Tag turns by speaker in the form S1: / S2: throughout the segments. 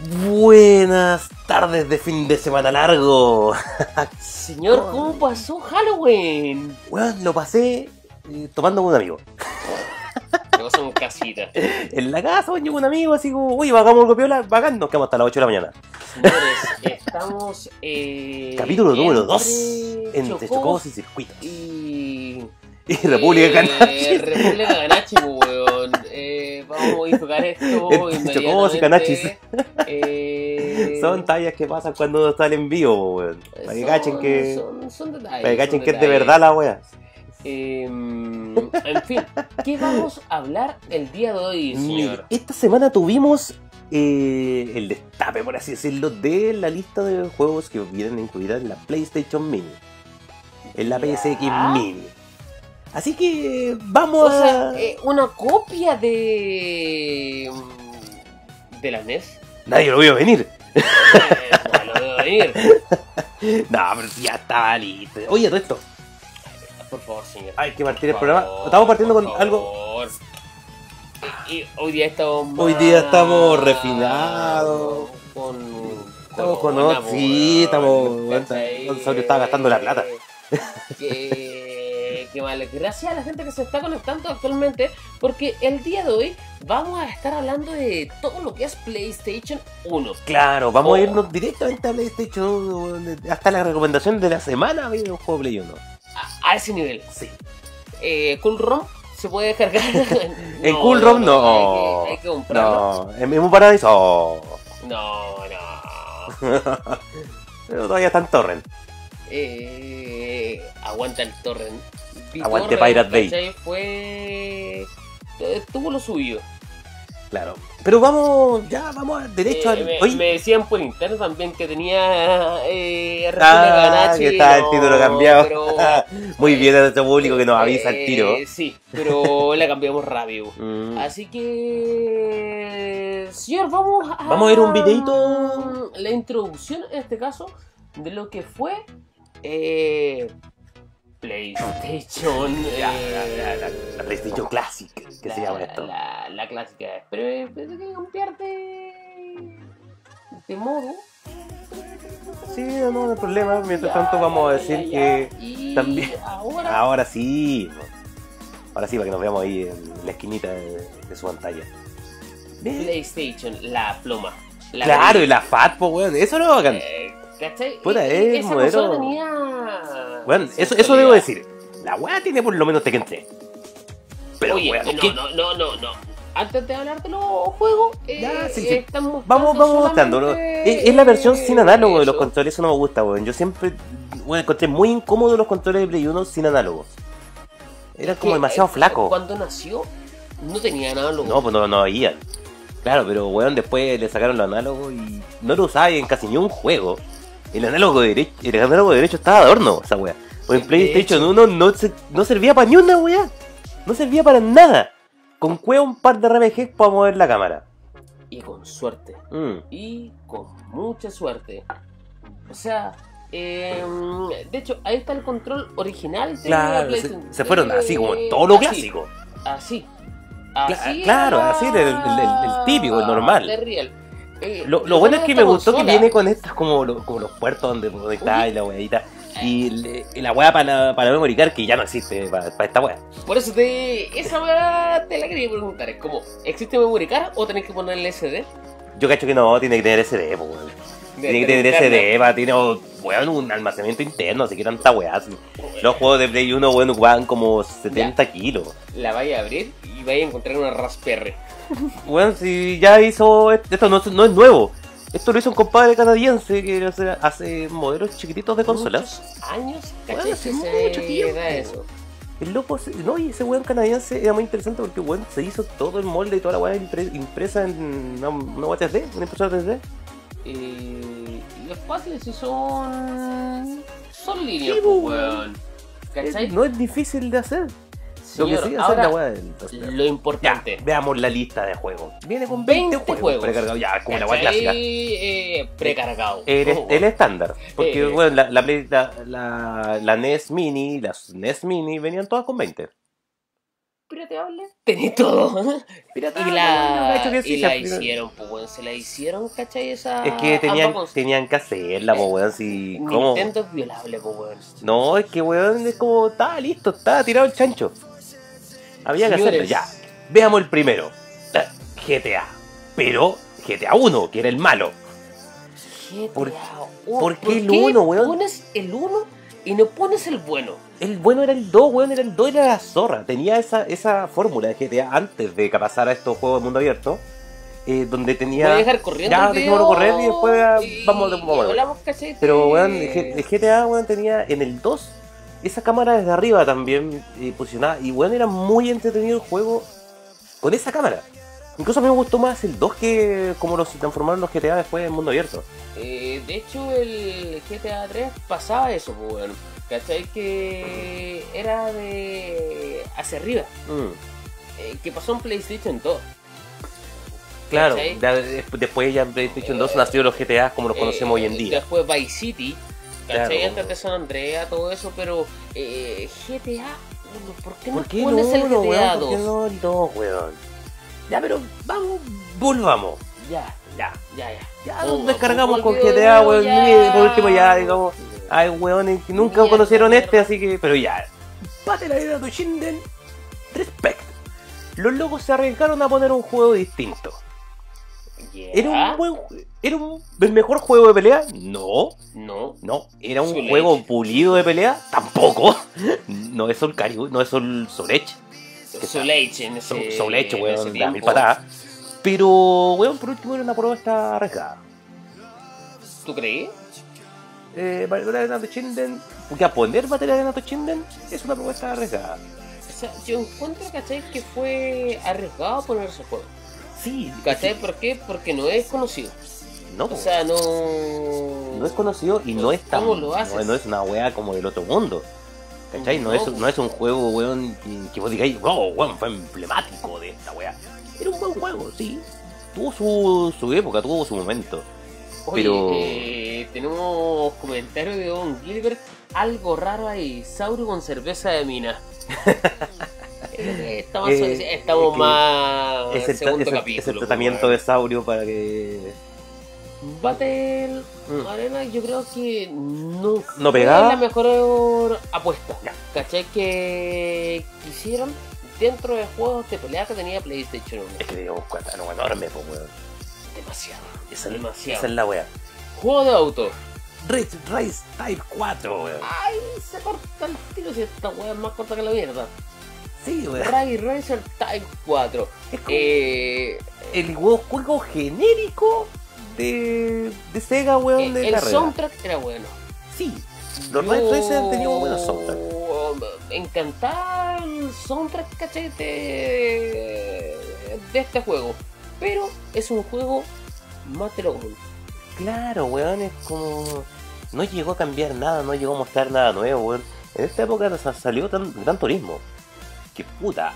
S1: Buenas tardes de fin de semana largo. Oh,
S2: Señor, ¿cómo pasó Halloween?
S1: Bueno, lo pasé eh, tomando con un amigo.
S2: Lo pasó en casita.
S1: En la casa, weón, llegó un amigo así como, uy, vagamos algo piola, bacán, nos quedamos hasta las 8 de la mañana.
S2: Señores, estamos. Eh,
S1: Capítulo número 2 entre
S2: Entre
S1: Chocobos
S2: Chocos
S1: y Circuitos.
S2: y.
S1: Y República
S2: eh,
S1: Canachi.
S2: República Canachi, po, weón. Eh, vamos a modificar esto.
S1: Entre Chocobos Este y
S2: inmediatamente.
S1: Canachis.
S2: Eh,
S1: Son tallas que pasan cuando no salen vivo, weón. Para que
S2: son-
S1: cachen que,
S2: Son, son
S1: para
S2: detalles.
S1: que,
S2: son
S1: cachen que es de
S2: detalles.
S1: verdad la wea.
S2: Eh, en fin, ¿qué vamos a hablar el día de hoy,
S1: Mira,
S2: señor?
S1: esta semana tuvimos eh, el destape, por así decirlo, de la lista de juegos que vienen incluidas en la PlayStation Mini. En la
S2: Ya.
S1: PSX Mini. Así que eh, vamos
S2: O sea,
S1: a...
S2: eh, una copia de. mm, de la NES.
S1: Nadie lo vio venir.
S2: Eh, no lo debo ir.
S1: No, pero si ya estaba listo. Oye, resto.
S2: Por favor, señor.
S1: Hay que partir el
S2: Por
S1: programa.
S2: favor,
S1: Estamos partiendo
S2: por
S1: con algo...
S2: favor. Y, y hoy día estamos.
S1: Hoy
S2: más-
S1: día estamos refinados.
S2: Con.
S1: Estamos con
S2: onda,
S1: ot- sí,
S2: weón,
S1: estamos-
S2: ¿cachai?
S1: Don Saurio estaba gastando la plata.
S2: Que, que vale. Gracias a la gente que se está conectando actualmente, porque el día de hoy vamos a estar hablando de todo lo que es PlayStation 1.
S1: Claro, vamos a
S2: Oh.
S1: irnos directamente a PlayStation. eh, Hasta la recomendación de la semana de un juego Play 1.
S2: A, a ese nivel.
S1: Sí.
S2: Eh, cool ROM se puede descargar.
S1: En Cool Rom no.
S2: Hay que, hay que comprarlo.
S1: No, en un Paradise. oh.
S2: No, no.
S1: Pero todavía está en torrent.
S2: Eh, aguanta el torrent.
S1: Aguante Pirate Bay.
S2: ¿cachai? Fue. eh, Tuvo lo suyo.
S1: Claro. Pero vamos, ya vamos a- derecho
S2: Eh,
S1: al.
S2: me,
S1: Oye,
S2: me decían por internet también que tenía eh,
S1: Ah,
S2: Ganache,
S1: que está el
S2: no,
S1: título cambiado.
S2: pero-
S1: muy bien a nuestro público que nos avisa
S2: eh,
S1: el tiro.
S2: Sí, pero la cambiamos rápido.
S1: Mm.
S2: Así que. Señor, vamos a.
S1: Vamos a ver un videíto.
S2: La introducción, en este caso, de lo que fue. eh, PlayStation.
S1: Ya,
S2: eh,
S1: ya, ya, la, la PlayStation Classic, que se
S2: la-
S1: llama esto.
S2: La, la clásica. Pero eh, pero hay que cambiar de. de modo.
S1: Sí, no, no hay problema. Mientras tanto, vamos a decir que
S2: que.
S1: también-
S2: Ahora.
S1: ahora sí. Ahora sí, para que nos veamos ahí en la esquinita de, de su pantalla. Bien.
S2: PlayStation, la pluma. la
S1: Claro, y la Fat, po, weón. Eso lo hagan.
S2: Eh, ¿Cachai?
S1: Puta,
S2: Y-
S1: es
S2: y esa
S1: modelo-
S2: consola tenía.
S1: Bueno, eso, eso debo decir. La weá tiene por lo menos Tekken 3. Pero
S2: Oye,
S1: weón,
S2: no,
S1: ¿qué-
S2: no, no, no, no. Antes de hablar de los juegos, eh,
S1: Ya, sí, sí.
S2: estamos.
S1: Vamos, vamos mostrando. ¿no? Es, es la versión sin análogo de los controles,
S2: controles.
S1: eso no me gusta, weón. Yo siempre bueno, encontré muy incómodo los controles de Play 1 sin análogos. Eran como demasiado flacos.
S2: Eh, Cuando nació, no tenía análogo.
S1: No, pues no, no había. Claro, pero weón, después le sacaron los análogos y no lo usaba en casi ni un juego. El análogo derecho, el análogo derecho estaba de adorno, esa weá. O en
S2: De
S1: PlayStation 1 no, se- no servía para ni una weá. No servía para nada. Con cueva un par de RPGs para mover la cámara.
S2: Y con suerte.
S1: Mm.
S2: y con mucha suerte. O sea, eh, de hecho, ahí está el control original. de la
S1: Claro,
S2: PlayStation.
S1: se, se fueron
S2: Eh,
S1: así como en todo lo
S2: así,
S1: clásico.
S2: Así.
S1: Cla-
S2: Así
S1: claro,
S2: era
S1: así era el- el- el- el típico, el normal.
S2: de Real. Eh,
S1: Lo, lo
S2: recuerda
S1: bueno es que me
S2: esta
S1: gustó que
S2: consola,
S1: viene con estas como, lo- como los puertos donde conectás y la weadita. Y, le- y la weá para, para memory card que ya no existe para, para esta weá.
S2: Por eso te, esa weá te la quería preguntar. Es como, ¿existe memory card o tenés que ponerle SD?
S1: Yo cacho que no, tiene que tener SD, po, weón. Tiene que tener SD, pa, tiene oh, weón, un almacenamiento interno, así que tanta weá. así. Los juegos de Play 1, weón, ocupaban como 70 kilos.
S2: La vaya a abrir y vaya a encontrar una Raspberry.
S1: Weón, si ya hizo. Esto no, es- no es nuevo. Esto lo hizo un compadre canadiense que hace, hace modelos chiquititos de consolas.
S2: Muchos Años,
S1: Bueno,
S2: ¿cachai?
S1: hace
S2: Que se
S1: mucho tiempo.
S2: da eso.
S1: El loco, se- no, y ese weón canadiense era muy interesante porque weón se hizo todo el molde y toda la weá impre- impresa en una, una weá 3D, una impresora 3D.
S2: Eh, y los puzzles sí son. Son líneas,
S1: Sí,
S2: pues,
S1: pues,
S2: weón. ¿Cachai?
S1: Es- no es difícil de hacer. Lo
S2: Señor,
S1: que sí hacer
S2: ahora,
S1: la weá del
S2: lo
S1: Ya,
S2: importante.
S1: veamos la lista de juegos. Viene con 20,
S2: 20
S1: juegos,
S2: juegos.
S1: precargados, ya, como la weá
S2: ¿cachai?
S1: clásica.
S2: Eh, precargado.
S1: El,
S2: Oh,
S1: est- el estándar, porque
S2: Eh.
S1: bueno, la, la, Play- E la, la- la NES Mini, las NES Mini venían todas con 20.
S3: pirateable.
S2: Tenés todo.
S3: Pirateable.
S2: Y
S1: no,
S2: la,
S1: cacho que sí,
S2: y la
S1: se-
S2: hicieron, pues, weón, se la hicieron, ¿cachai? Esa,
S1: Es que tenían,
S2: ambas
S1: tenían que hacerla, po, weón. Si,
S2: cosas.
S1: ¿Cómo?
S2: Nintendo es violable, pues, weón.
S1: No, es que, weón, es como, estaba listo, estaba tirado el chancho. Había que hacerlo,
S2: Señores.
S1: ya. Veamos el primero. Ta- GTA. Pero GTA 1, que era el malo. ¿Por-
S2: GTA,
S1: por qué el uno, weón?
S2: Oh, pones el uno y no pones el bueno?
S1: El bueno era el 2, weón, era el 2 era la zorra. Tenía esa, esa fórmula de GTA antes de que pasara a estos juegos de mundo abierto. eh, donde tenía.
S2: Voy a dejar corriendo
S1: Ya,
S2: el video
S1: dejémoslo correr y después ah, vamos de- vamos de-
S2: y hablamos, ¿cachai? eh,
S1: Pero, weón,
S2: De-
S1: G- el GTA, weón, tenía en el 2 esa cámara desde arriba también eh, posicionada. Y, weón, era muy entretenido el juego con esa cámara. Incluso a mí me gustó más el 2 que como los se transformaron los GTA después en mundo abierto.
S2: Eh, de hecho, el GTA 3 pasaba eso, pues, bueno, ¿cachai? Que era de hacia arriba,
S1: Mm,
S2: eh, que pasó en PlayStation 2.
S1: Claro,
S2: ¿Cachai?
S1: ya des- después ya en PlayStation 2
S2: Eh,
S1: nació los GTA como los conocemos
S2: Eh,
S1: hoy en día.
S2: Después Vice City, ¿cachai?
S1: Claro.
S2: Antes de San Andrea, todo eso, pero eh, GTA, uno, ¿por qué no
S1: ¿Por qué no,
S2: pones el
S1: no,
S2: GTA
S1: weón? ¿Por
S2: 2?
S1: qué no el 2, weón? Ya, pero vamos, volvamos.
S2: Ya,
S1: Ya,
S2: ya, ya.
S1: ya
S2: Oh,
S1: nos descargamos con
S2: volvió,
S1: GTA, weón.
S2: ya.
S1: y por último ya, digamos, ah, Hay weones que nunca
S2: Mierda,
S1: conocieron
S2: mierda.
S1: este, así que. Pero ya. Pate la idea de Shinden. Respect. Los locos se arriesgaron a poner un juego distinto.
S2: Ya.
S1: ¿Era un buen jue- ¿Era un- el mejor juego de pelea? No,
S2: No.
S1: no. ¿Era un
S2: Soul
S1: juego
S2: Edge.
S1: pulido de pelea? Tampoco. No es Sol Calibur, no es Sol Solech.
S2: Soul Edge en
S1: Sol,
S2: ese.
S1: Soul Edge,
S2: Eh, en ese
S1: weón, da mil
S2: tiempo.
S1: patadas. Pero, weón, por último era una propuesta arriesgada.
S2: ¿Tú crees?
S1: Eh, Battle Arena de Shinden. Porque a poner Battle Arena de Shinden es una propuesta arriesgada.
S2: O sea, yo encuentro, ¿cachai? Que fue arriesgado poner ese juego.
S1: Sí,
S2: ¿Cachai? ¿Por qué? Porque no es conocido.
S1: No,
S2: O sea, no.
S1: no es conocido y no es tan.
S2: ¿Cómo lo haces?
S1: No, no es una wea como del otro mundo. ¿Cachai? No,
S2: No,
S1: es,
S2: pues.
S1: no es un juego, weón, que, que vos digáis, wow, weón, fue emblemático de esta wea. Era un buen juego, sí. Tuvo su, su época, tuvo su momento.
S2: Oye,
S1: pero-
S2: eh, tenemos comentario de Don Gilbert. Algo raro ahí. Sauro con cerveza de mina. Eh, estamos
S1: Eh,
S2: estamos
S1: es que
S2: más.
S1: Es el, tra-
S2: segundo
S1: es el-
S2: capítulo,
S1: es el
S2: pues,
S1: tratamiento de Saurio para que.
S2: weón. Battle
S1: Mm.
S2: Arena, yo creo que no.
S1: No
S2: fue
S1: pegaba.
S2: la mejor apuesta.
S1: Ya.
S2: ¿Cachai? Que quisieron dentro de juegos de pelea que tenía PlayStation 1.
S1: Es que tenía un cuadrano enorme, pues, weón.
S2: Demasiado.
S1: Esa, es-
S2: Demasiado.
S1: esa es la wea.
S2: Juego de auto.
S1: Race, Race Type 4, weón.
S2: Ay, se corta el tiro si esta weá es más corta que la mierda.
S1: Sí, weón.
S2: Ray Racer Type 4.
S1: Es como-
S2: Eh,
S1: el juego, juego genérico de, de Sega, weón,
S2: el
S1: de
S2: eh, el
S1: carrera.
S2: soundtrack era bueno.
S1: Sí, los Red Racer han tenido buenos soundtracks.
S2: soundtracks. Me encantaba el soundtrack, cachete de, de este juego. Pero es un juego más de lo común.
S1: Claro, weón, es como... No llegó a cambiar nada, no llegó a mostrar nada nuevo, weón. En esta época nos salió tan, Gran Turismo. Que puta.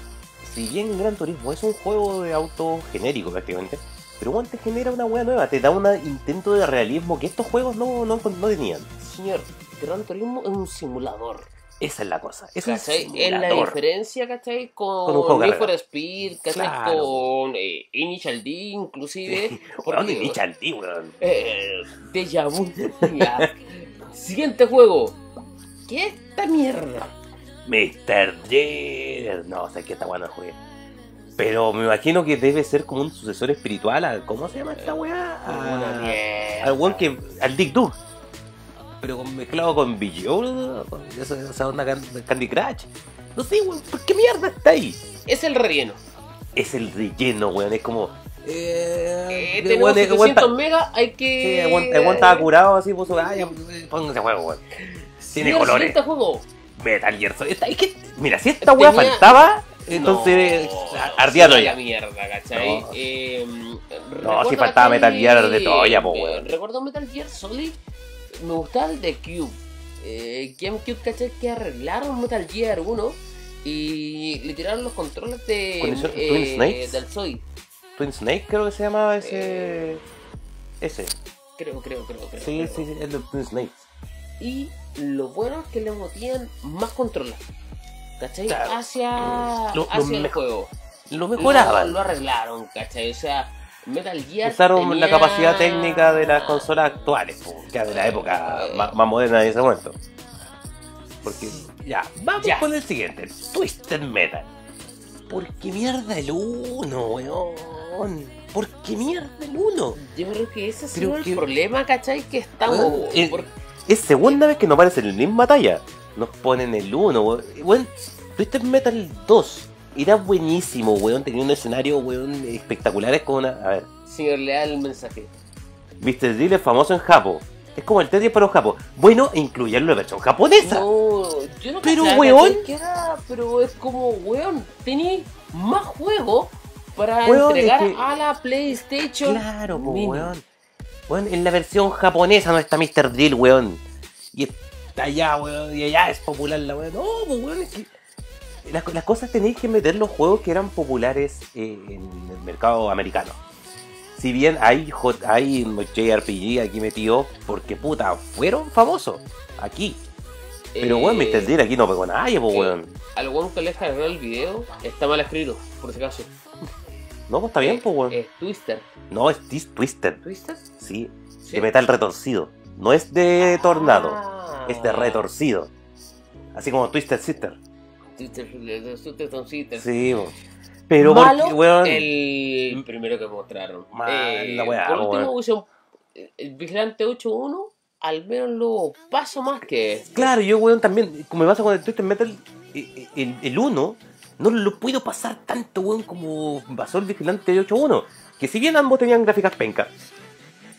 S1: Si bien Gran Turismo es un juego de auto genérico prácticamente, pero weón te genera una weá nueva, te da un intento de realismo que estos juegos no, no, no tenían.
S2: Señor, Gran Turismo es un simulador.
S1: Esa es la cosa. Es un
S2: ¿Cachai? Es la
S1: simulador.
S2: diferencia, ¿cachai? Con,
S1: Con un juego de
S2: Need for
S1: carrera.
S2: Speed, ¿cachai?
S1: Claro.
S2: Con eh, Initial D, inclusive.
S1: Weón,
S2: porque-
S1: y Michal, tío, weón.
S2: Eh, déjà vu. Ya. Siguiente juego. ¿Qué es esta mierda?
S1: Mr. Jeter. No sé qué está bueno el juego. Pero me imagino que debe ser como un sucesor espiritual a. ¿Cómo se llama esta weá?
S2: Una
S1: A-
S2: mierda.
S1: Al weón que. Al Dick Duke. Pero con- mezclado con Billo, con esa, esa onda can- Candy Crush. No sé, weón, ¿por qué mierda está ahí?
S2: Es el relleno.
S1: Es el relleno, weón, es como.
S2: Eh,
S1: Eh,
S2: tenemos
S1: weón, eh, weón,
S2: 700 megas, hay
S1: sí,
S2: que...
S1: el weón- el weón estaba curado así, puso. Ah, ya, eh, póngase juego, weón. Tiene
S2: Señor,
S1: colores.
S2: Siguiente juego.
S1: Metal Gear Solid. Esta- es que, mira, si esta weá
S2: Tenía-
S1: faltaba, entonces eh,
S2: No,
S1: a- ardía
S2: sí,
S1: Troya.
S2: La mierda, ¿cachai?
S1: No.
S2: Eh,
S1: No,
S2: recuerdo
S1: sí faltaba
S2: que-
S1: Metal Gear de Troya, po,
S2: eh,
S1: weón.
S2: Recuerdo Metal Gear Solid, me gustaba el de Cube. Eh, GameCube, ¿cachai? Que arreglaron Metal Gear 1 y le tiraron los controles de,
S1: ¿Con eso-
S2: eh,
S1: Twin Snakes?
S2: del Solid.
S1: Twin Snake creo que se llamaba ese.
S2: Eh,
S1: Ese.
S2: Creo, creo, creo. creo,
S1: Sí,
S2: creo.
S1: sí, sí, el de Twin Snake.
S2: Y lo bueno es que le metían más controles. ¿cachai?
S1: Claro.
S2: Hacia,
S1: Lo- lo
S2: hacia el
S1: mejo-
S2: juego.
S1: Lo
S2: Lo,
S1: mejoraban.
S2: lo arreglaron, ¿cachai? O sea, Metal Gear.
S1: Usaron la
S2: tenía-
S1: capacidad técnica de las consolas actuales, po, ya de la época más, más moderna de ese momento. Porque, ya, vamos
S2: Ya.
S1: con el siguiente, el Twisted Metal. ¿Por qué mierda el 1, weón? ¿Por qué mierda el 1?
S2: Yo creo que ese ha
S1: Creo
S2: sido el
S1: que-
S2: problema, ¿cachai? Que estamos.
S1: Weón, eh,
S2: por-
S1: Es segunda vez que no aparece en la misma talla. Nos ponen el 1, weón. Weón, Twisted Metal 2 era buenísimo, weón. Tenía un escenario, weón, espectaculares con una... A ver,
S2: Señor, le da el mensaje.
S1: Mr. Deal es famoso en Japón. Es como el Tetris para los japos. Bueno, incluyeron la versión japonesa.
S2: No, yo no
S1: Pero,
S2: cachaba,
S1: weón.
S2: ¿cachai? Que era- pero es como, weón, tenéis más juego para
S1: Weón, es
S2: entregar
S1: que-
S2: a la PlayStation.
S1: claro, po,
S2: Mini.
S1: weón. Weón, en la versión japonesa no está Mr. Deal, weón. Y está allá, weón. Y allá es popular la weón. No, po, weón, es que. Las, co- las cosas tenéis que meter los juegos que eran populares eh, en el mercado americano. Si bien hay, J- hay JRPG aquí metido, porque puta, fueron famosos aquí. Pero
S2: Eh,
S1: weón, Mr. Deal aquí no pegó a nadie, po,
S2: eh,
S1: weón.
S2: Al weón que le descargó el video está mal escrito, por si acaso.
S1: No, pues está bien,
S2: Eh,
S1: po, weón.
S2: Es Twister.
S1: No, es Tis Twisted,
S2: ¿Twister?
S1: sí,
S2: Sí.
S1: de metal retorcido. No es de tornado,
S2: Ah.
S1: es de retorcido. Así como Twisted Sister.
S2: Twister, Twister, Twister.
S1: Sí, bo. pero
S2: Malo
S1: porque, weón,
S2: el primero que mostraron. Eh,
S1: Mal, la weá,
S2: por
S1: weón.
S2: último, usan el Vigilante 8.1, al menos lo paso más que es.
S1: Claro, yo, weón, también, como me pasa con el Twisted Metal, eh, eh, el 1, no lo puedo pasar tanto, weón, como pasó el Vigilante de 8-1. Que si bien ambos tenían gráficas pencas,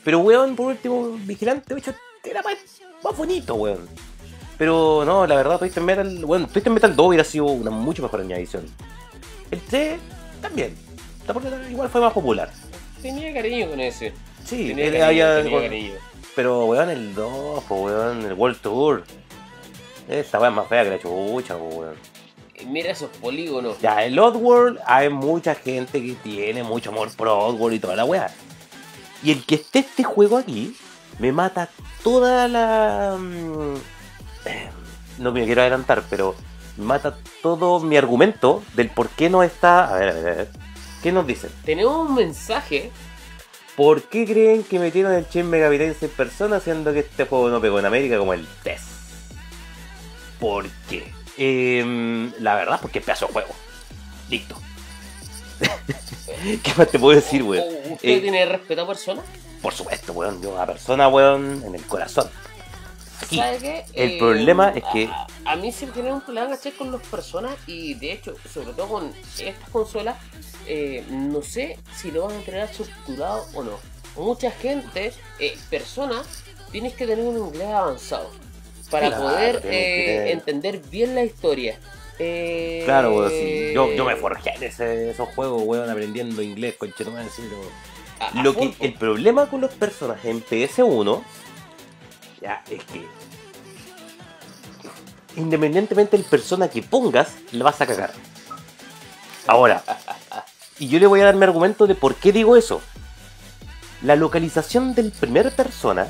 S1: pero, weón, por último, Vigilante 8 era más, más bonito, weón. Pero no, la verdad, Twisted Metal, weón, Twisted Metal 2 hubiera sido una mucho mejor añadición. El 3 también, porque igual fue más popular.
S2: Tenía cariño con ese.
S1: Sí,
S2: Tenía
S1: él
S2: cariño,
S1: había-
S2: tenía cariño.
S1: pero weón, el 2, po, weón, el World Tour. Esa weá es más fea que la chucha, po, weón.
S2: Eh, Mira esos polígonos.
S1: Ya, el Oddworld, hay mucha gente que tiene mucho amor por Oddworld y toda la weá. Y el que esté este juego aquí, me mata toda la. mm, eh, No me quiero adelantar, pero me mata todo mi argumento del por qué no está. A ver, a ver, a ver. ¿Qué nos dicen?
S2: Tenemos un mensaje.
S1: ¿Por qué creen que metieron el Chain Megavitense en persona siendo que este juego no pegó en América como el test? ¿Por qué? Em, la verdad, porque es pedazo de juego. Listo. ¿Qué más te puedo decir,
S2: O-
S1: weón?
S2: o- ¿Usted
S1: Eh,
S2: tiene respeto a personas?
S1: Por supuesto, weón. Yo a persona, weón, en el corazón. Aquí.
S2: ¿Sabe qué? Eh,
S1: el problema es que-
S2: A, a mí se me genera un problema ¿cachai? con las personas y de hecho, sobre todo con estas consolas, eh, no sé si lo van a entregar estructurado o no. Mucha gente, eh, personas, tienes que tener un inglés avanzado para
S1: Claro, tienes
S2: poder
S1: que
S2: eh,
S1: tener-
S2: entender bien la historia. Eh,
S1: Claro, weón. sí. Yo, yo me forjé en ese- esos juegos, weón, aprendiendo inglés, conchetumán, así, pero...
S2: a- a
S1: Lo que,
S2: full,
S1: el problema con los personajes en PS1 ya, es que independientemente del persona que pongas, le vas a cagar. Ahora, y yo le voy a dar mi argumento de por qué digo eso. La localización del primer persona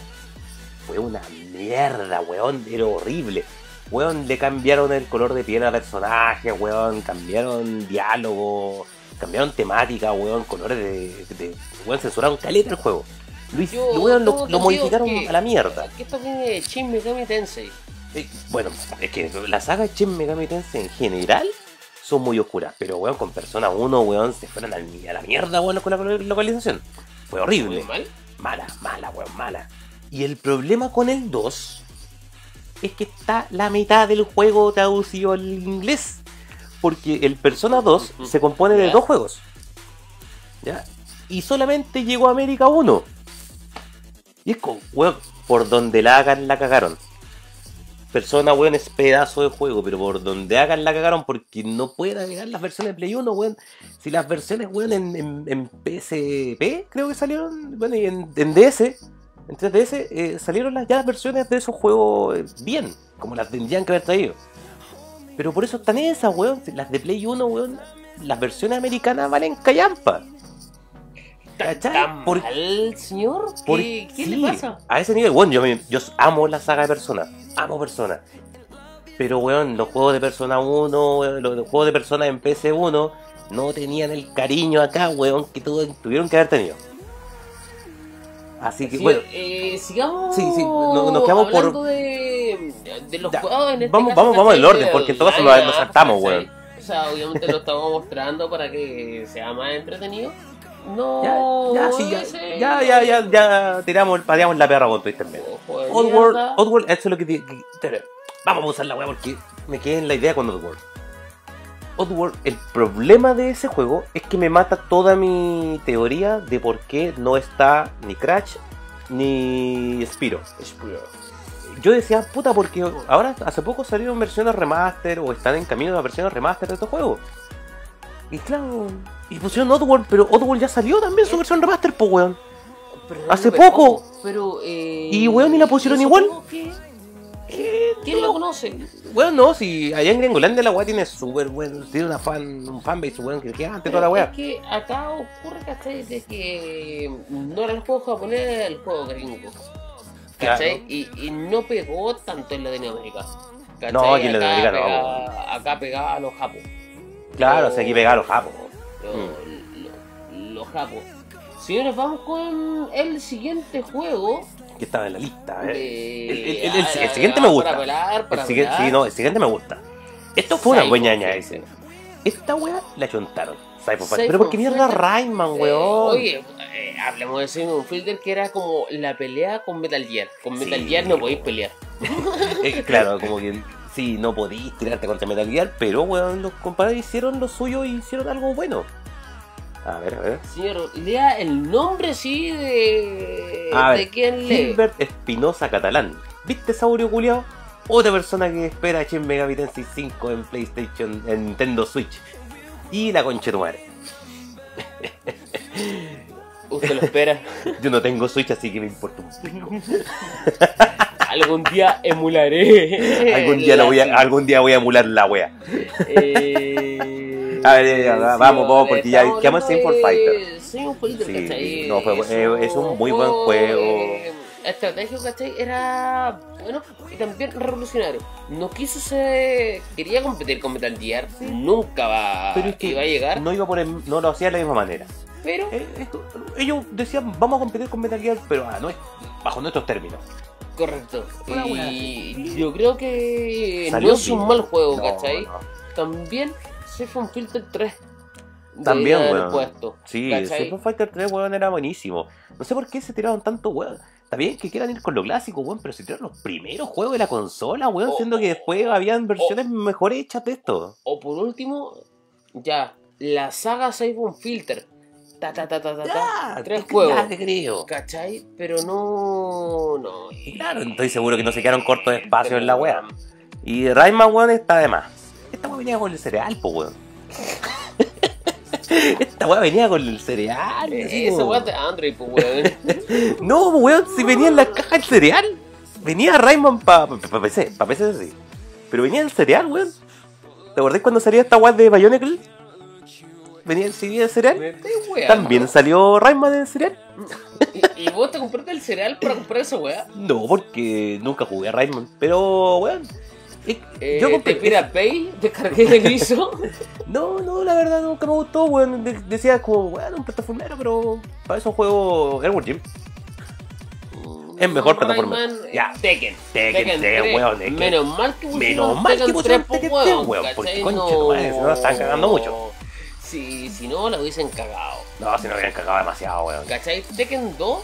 S1: fue una mierda, weón, era horrible. Weón, le cambiaron el color de piel a personaje, weón, cambiaron diálogo, cambiaron temática, weón, colores de. de- weón, censuraron caleta el juego. Luis,
S2: Yo
S1: weón, lo,
S2: tengo
S1: lo
S2: entendido
S1: modificaron
S2: que-
S1: a la mierda.
S2: Que esto viene de Shin Megami Tensei.
S1: Eh, Bueno, es que la saga Shin Megami Tensei en general son muy oscuras, pero weón, con Persona 1, weón, se fueron al mi- a la mierda, weón, con la lo- localización. Fue
S2: Muy
S1: horrible.
S2: mal.
S1: Mala, mala, weón, mala. Y el problema con el 2 es que está la mitad del juego traducido al inglés. Porque el Persona 2
S2: Ujú.
S1: se compone de
S2: Ya.
S1: dos juegos. ¿Ya? Y solamente llegó a América 1. Y es como, weón, por donde la hagan la cagaron. Persona, weón, es pedazo de juego, pero por donde hagan la cagaron porque no pueden agregar las versiones de Play 1, weón. Si las versiones, weón, en, en, en PSP, creo que salieron, bueno, y en, en DS, en 3DS, eh, salieron las, ya las versiones de esos juegos eh, bien, como las tendrían que haber traído. Pero por eso están esas, weón. Si Las de Play 1, weón, las versiones americanas valen callampa. ¿Cachai?
S2: ¿Tan
S1: Por-
S2: mal, señor? ¿Qué,
S1: por-
S2: qué
S1: sí,
S2: le pasa?
S1: A ese nivel, bueno, yo, me- yo amo la saga de Persona. Amo Persona. Pero, weón, los juegos de Persona 1, weón, los, los juegos de Persona en PS1 no tenían el cariño acá, weón, que tuvo- tuvieron que haber tenido. Así que,
S2: Sí,
S1: bueno,
S2: eh, sigamos.
S1: Sí, sí, no- nos quedamos por-
S2: hablando De, de los
S1: Ya,
S2: juegos en este
S1: vamos-
S2: caso,
S1: vamos- vamos
S2: ¿cachai?
S1: al orden, porque en todo caso
S2: Ay,
S1: nos-
S2: ya,
S1: nos saltamos,
S2: ¿cachai?
S1: weón.
S2: O sea, obviamente lo estamos mostrando para que sea más entretenido. No,
S1: ya, ya, sí, ya,
S2: ese-
S1: ya, ya, ya, ya tiramos, pateamos la perra con Twitter también.
S2: Ojo de
S1: Oddworld,
S2: mierda.
S1: Oddworld, eso es lo que, di- que- espera, Vamos a usar la weá porque me quedé en la idea con Oddworld. Oddworld, el problema de ese juego es que me mata toda mi teoría de por qué no está ni Crash ni Spiro.
S2: Espero.
S1: Yo decía, puta, porque ahora hace poco salieron versiones remaster o están en camino de versiones remaster de estos juegos. Y claro, y pusieron Oddworld, pero Oddworld ya salió también su versión remaster, po weón.
S2: Pero
S1: Hace
S2: pero,
S1: poco.
S2: ojo, Pero, eh,
S1: Y, weón, y la pusieron
S2: ¿eso
S1: igual.
S2: cómo que- ¿Quién lo conoce?
S1: Weón, no, si allá en Gringolandia la weá tiene súper buen, tiene una fan, un fanbase, weón, que gigante toda la
S2: es
S1: weá.
S2: que acá ocurre, ¿cachai? De que no era el juego japonés, era el juego gringo. ¿Cachai? Y, y no pegó tanto en Latinoamérica. ¿cachai?
S1: No, aquí en
S2: Acá
S1: Latinoamérica no,
S2: pegaba- Acá pegaba a los japos.
S1: Claro,
S2: Los-
S1: o sea, aquí pegaron japos. Mm.
S2: Los, los- los japos. Señores, vamos con el siguiente juego.
S1: Que estaba en la lista, eh.
S2: de-
S1: El, el- el- el- el
S2: ah,
S1: siguiente me gusta.
S2: Para pelar, para
S1: El siguiente,
S2: pelar.
S1: sí, no, el siguiente me gusta. Esto fue una
S2: Psycho
S1: buena ñaña,
S2: Fencer.
S1: dice. Esta weá la chontaron. Cypher
S2: Psycho
S1: Pero ¿por qué mierda
S2: Fencer.
S1: Rayman,
S2: Eh,
S1: weón?
S2: oye, eh, hablemos de Simon Fielder que era como la pelea con Metal Gear. Con Metal
S1: Sí.
S2: Gear no podéis pelear.
S1: Eh, claro, como que sí, no podís tirarte contra Metal Gear, pero weón, los compadres hicieron lo suyo y hicieron algo bueno. A ver, a ver.
S2: Señor, lea el nombre sí de,
S1: A
S2: de
S1: ver,
S2: quién lee.
S1: Gilbert Espinosa Catalán. ¿Viste Saurio culiao? Otra persona que espera 100 Megavitensis 5 en PlayStation, en Nintendo Switch. Y la concha de tu madre.
S2: Usted lo espera.
S1: Yo no tengo Switch, así que me importa un pico.
S2: Algún día emularé.
S1: Algún día, la voy a, algún día voy a emular la wea.
S2: Eh,
S1: A ver, ya, ya,
S2: sí,
S1: vamos, vamos,
S2: vale,
S1: porque ya-
S2: estamos
S1: ya más
S2: hablando
S1: Simple
S2: de
S1: Fighter.
S2: Simple Fighter,
S1: Sí,
S2: ¿cachai?
S1: no, fue- eh, es un muy buen juego.
S2: eh, Estratégico, ¿cachai? Era bueno y también revolucionario. No quiso ser. Quería competir con Metal Gear. Nunca Ah, va,
S1: Pero es que
S2: iba a llegar.
S1: No, iba por el- no lo hacía de la misma manera.
S2: Pero
S1: Eh, esto- ellos decían, vamos a competir con Metal Gear, pero ah, no es- bajo nuestros términos.
S2: correcto.
S1: Una buena,
S2: Y yo creo que
S1: Salió
S2: no es un
S1: bien.
S2: mal juego,
S1: No,
S2: ¿cachai?
S1: no.
S2: También Siphon Filter 3.
S1: También,
S2: debería haber
S1: weón.
S2: puesto,
S1: Sí,
S2: ¿cachai?
S1: Super Fighter 3, weón, era buenísimo. No sé por qué se tiraron tanto, weón. Está bien que quieran ir con lo clásico, weón, pero se tiraron los primeros juegos de la consola, weón,
S2: Oh.
S1: siendo que después habían versiones mejor hechas de esto.
S2: O por último, ya, la saga Siphon Filter. Ta, ta, ta, ta, ta, ta.
S1: Ya,
S2: tres
S1: te-
S2: juegos.
S1: ya te creo.
S2: ¿Cachai? Pero no. No.
S1: Y Claro, estoy seguro que no se quedaron cortos de espacio en la weá. Y Rayman, weón, está de más. Esta weá venía con el cereal, po, weón. Esta weá venía con el cereal. así
S2: Eh, Esa
S1: como-
S2: weá de Android, pues weón.
S1: No, weón, si venía en la caja el cereal. Venía Rayman pa, pa, pa PC, pa PC sí. Pero venía el cereal, weón. ¿Te acordás cuando salía esta weá de Bionicle? Venía el CD de cereal.
S2: Me estoy weando.
S1: También salió Rayman en cereal.
S2: ¿Y, y vos te compraste el cereal para comprar esa weá?
S1: No, porque nunca jugué a Rayman. Pero, weón. eh,
S2: Eh,
S1: yo compré.
S2: Te pira Pay, descargué el guiso.
S1: No, no, la verdad nunca me gustó, weón. De- decía como, weón, un plataformero, pero para eso juego Airworld Jim. Es mejor plataforma.
S2: Rayman,
S1: Ya.
S2: eh, Tekken.
S1: Tekken, Tekken,
S2: tres.
S1: weón, es que-
S2: Menos mal que pusieron
S1: Menos mal que
S2: Tekken
S1: pusieron
S2: 3,
S1: Tekken
S2: pues,
S1: tres, weón, porque
S2: ¿cachai?
S1: concha tu madre, si no la están cagando mucho.
S2: Si, si no, la hubiesen cagado.
S1: No, si no habían cagado demasiado, weón.
S2: ¿Cachai? Tekken 2,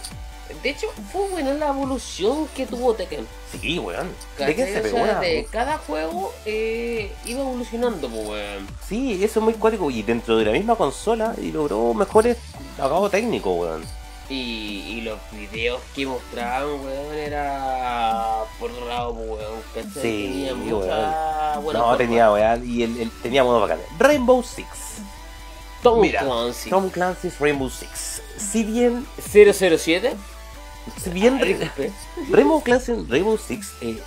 S2: de hecho, fue buena la evolución que tuvo Tekken.
S1: Sí, weón. ¿De
S2: ¿Cachai?
S1: qué se
S2: O
S1: pegó?
S2: sea,
S1: una-
S2: de cada juego eh, iba evolucionando, pues, weón.
S1: Sí, eso es muy cuático. Y dentro de la misma consola y logró mejores acabos técnicos, weón.
S2: Y, y los videos que mostraban, weón, era por otro lado, pues, weón. ¿Cachai?
S1: Sí,
S2: tenía mucha buena
S1: no,
S2: forma.
S1: tenía, weón. Y el, el- tenía modos bacanes. Rainbow Six.
S2: Tom
S1: mira,
S2: Clancy.
S1: Tom Clancy's Rainbow Six. Si bien.
S2: 007.
S1: Si bien.
S2: Disculpe.
S1: Rainbow Clancy en Rainbow Six, eh,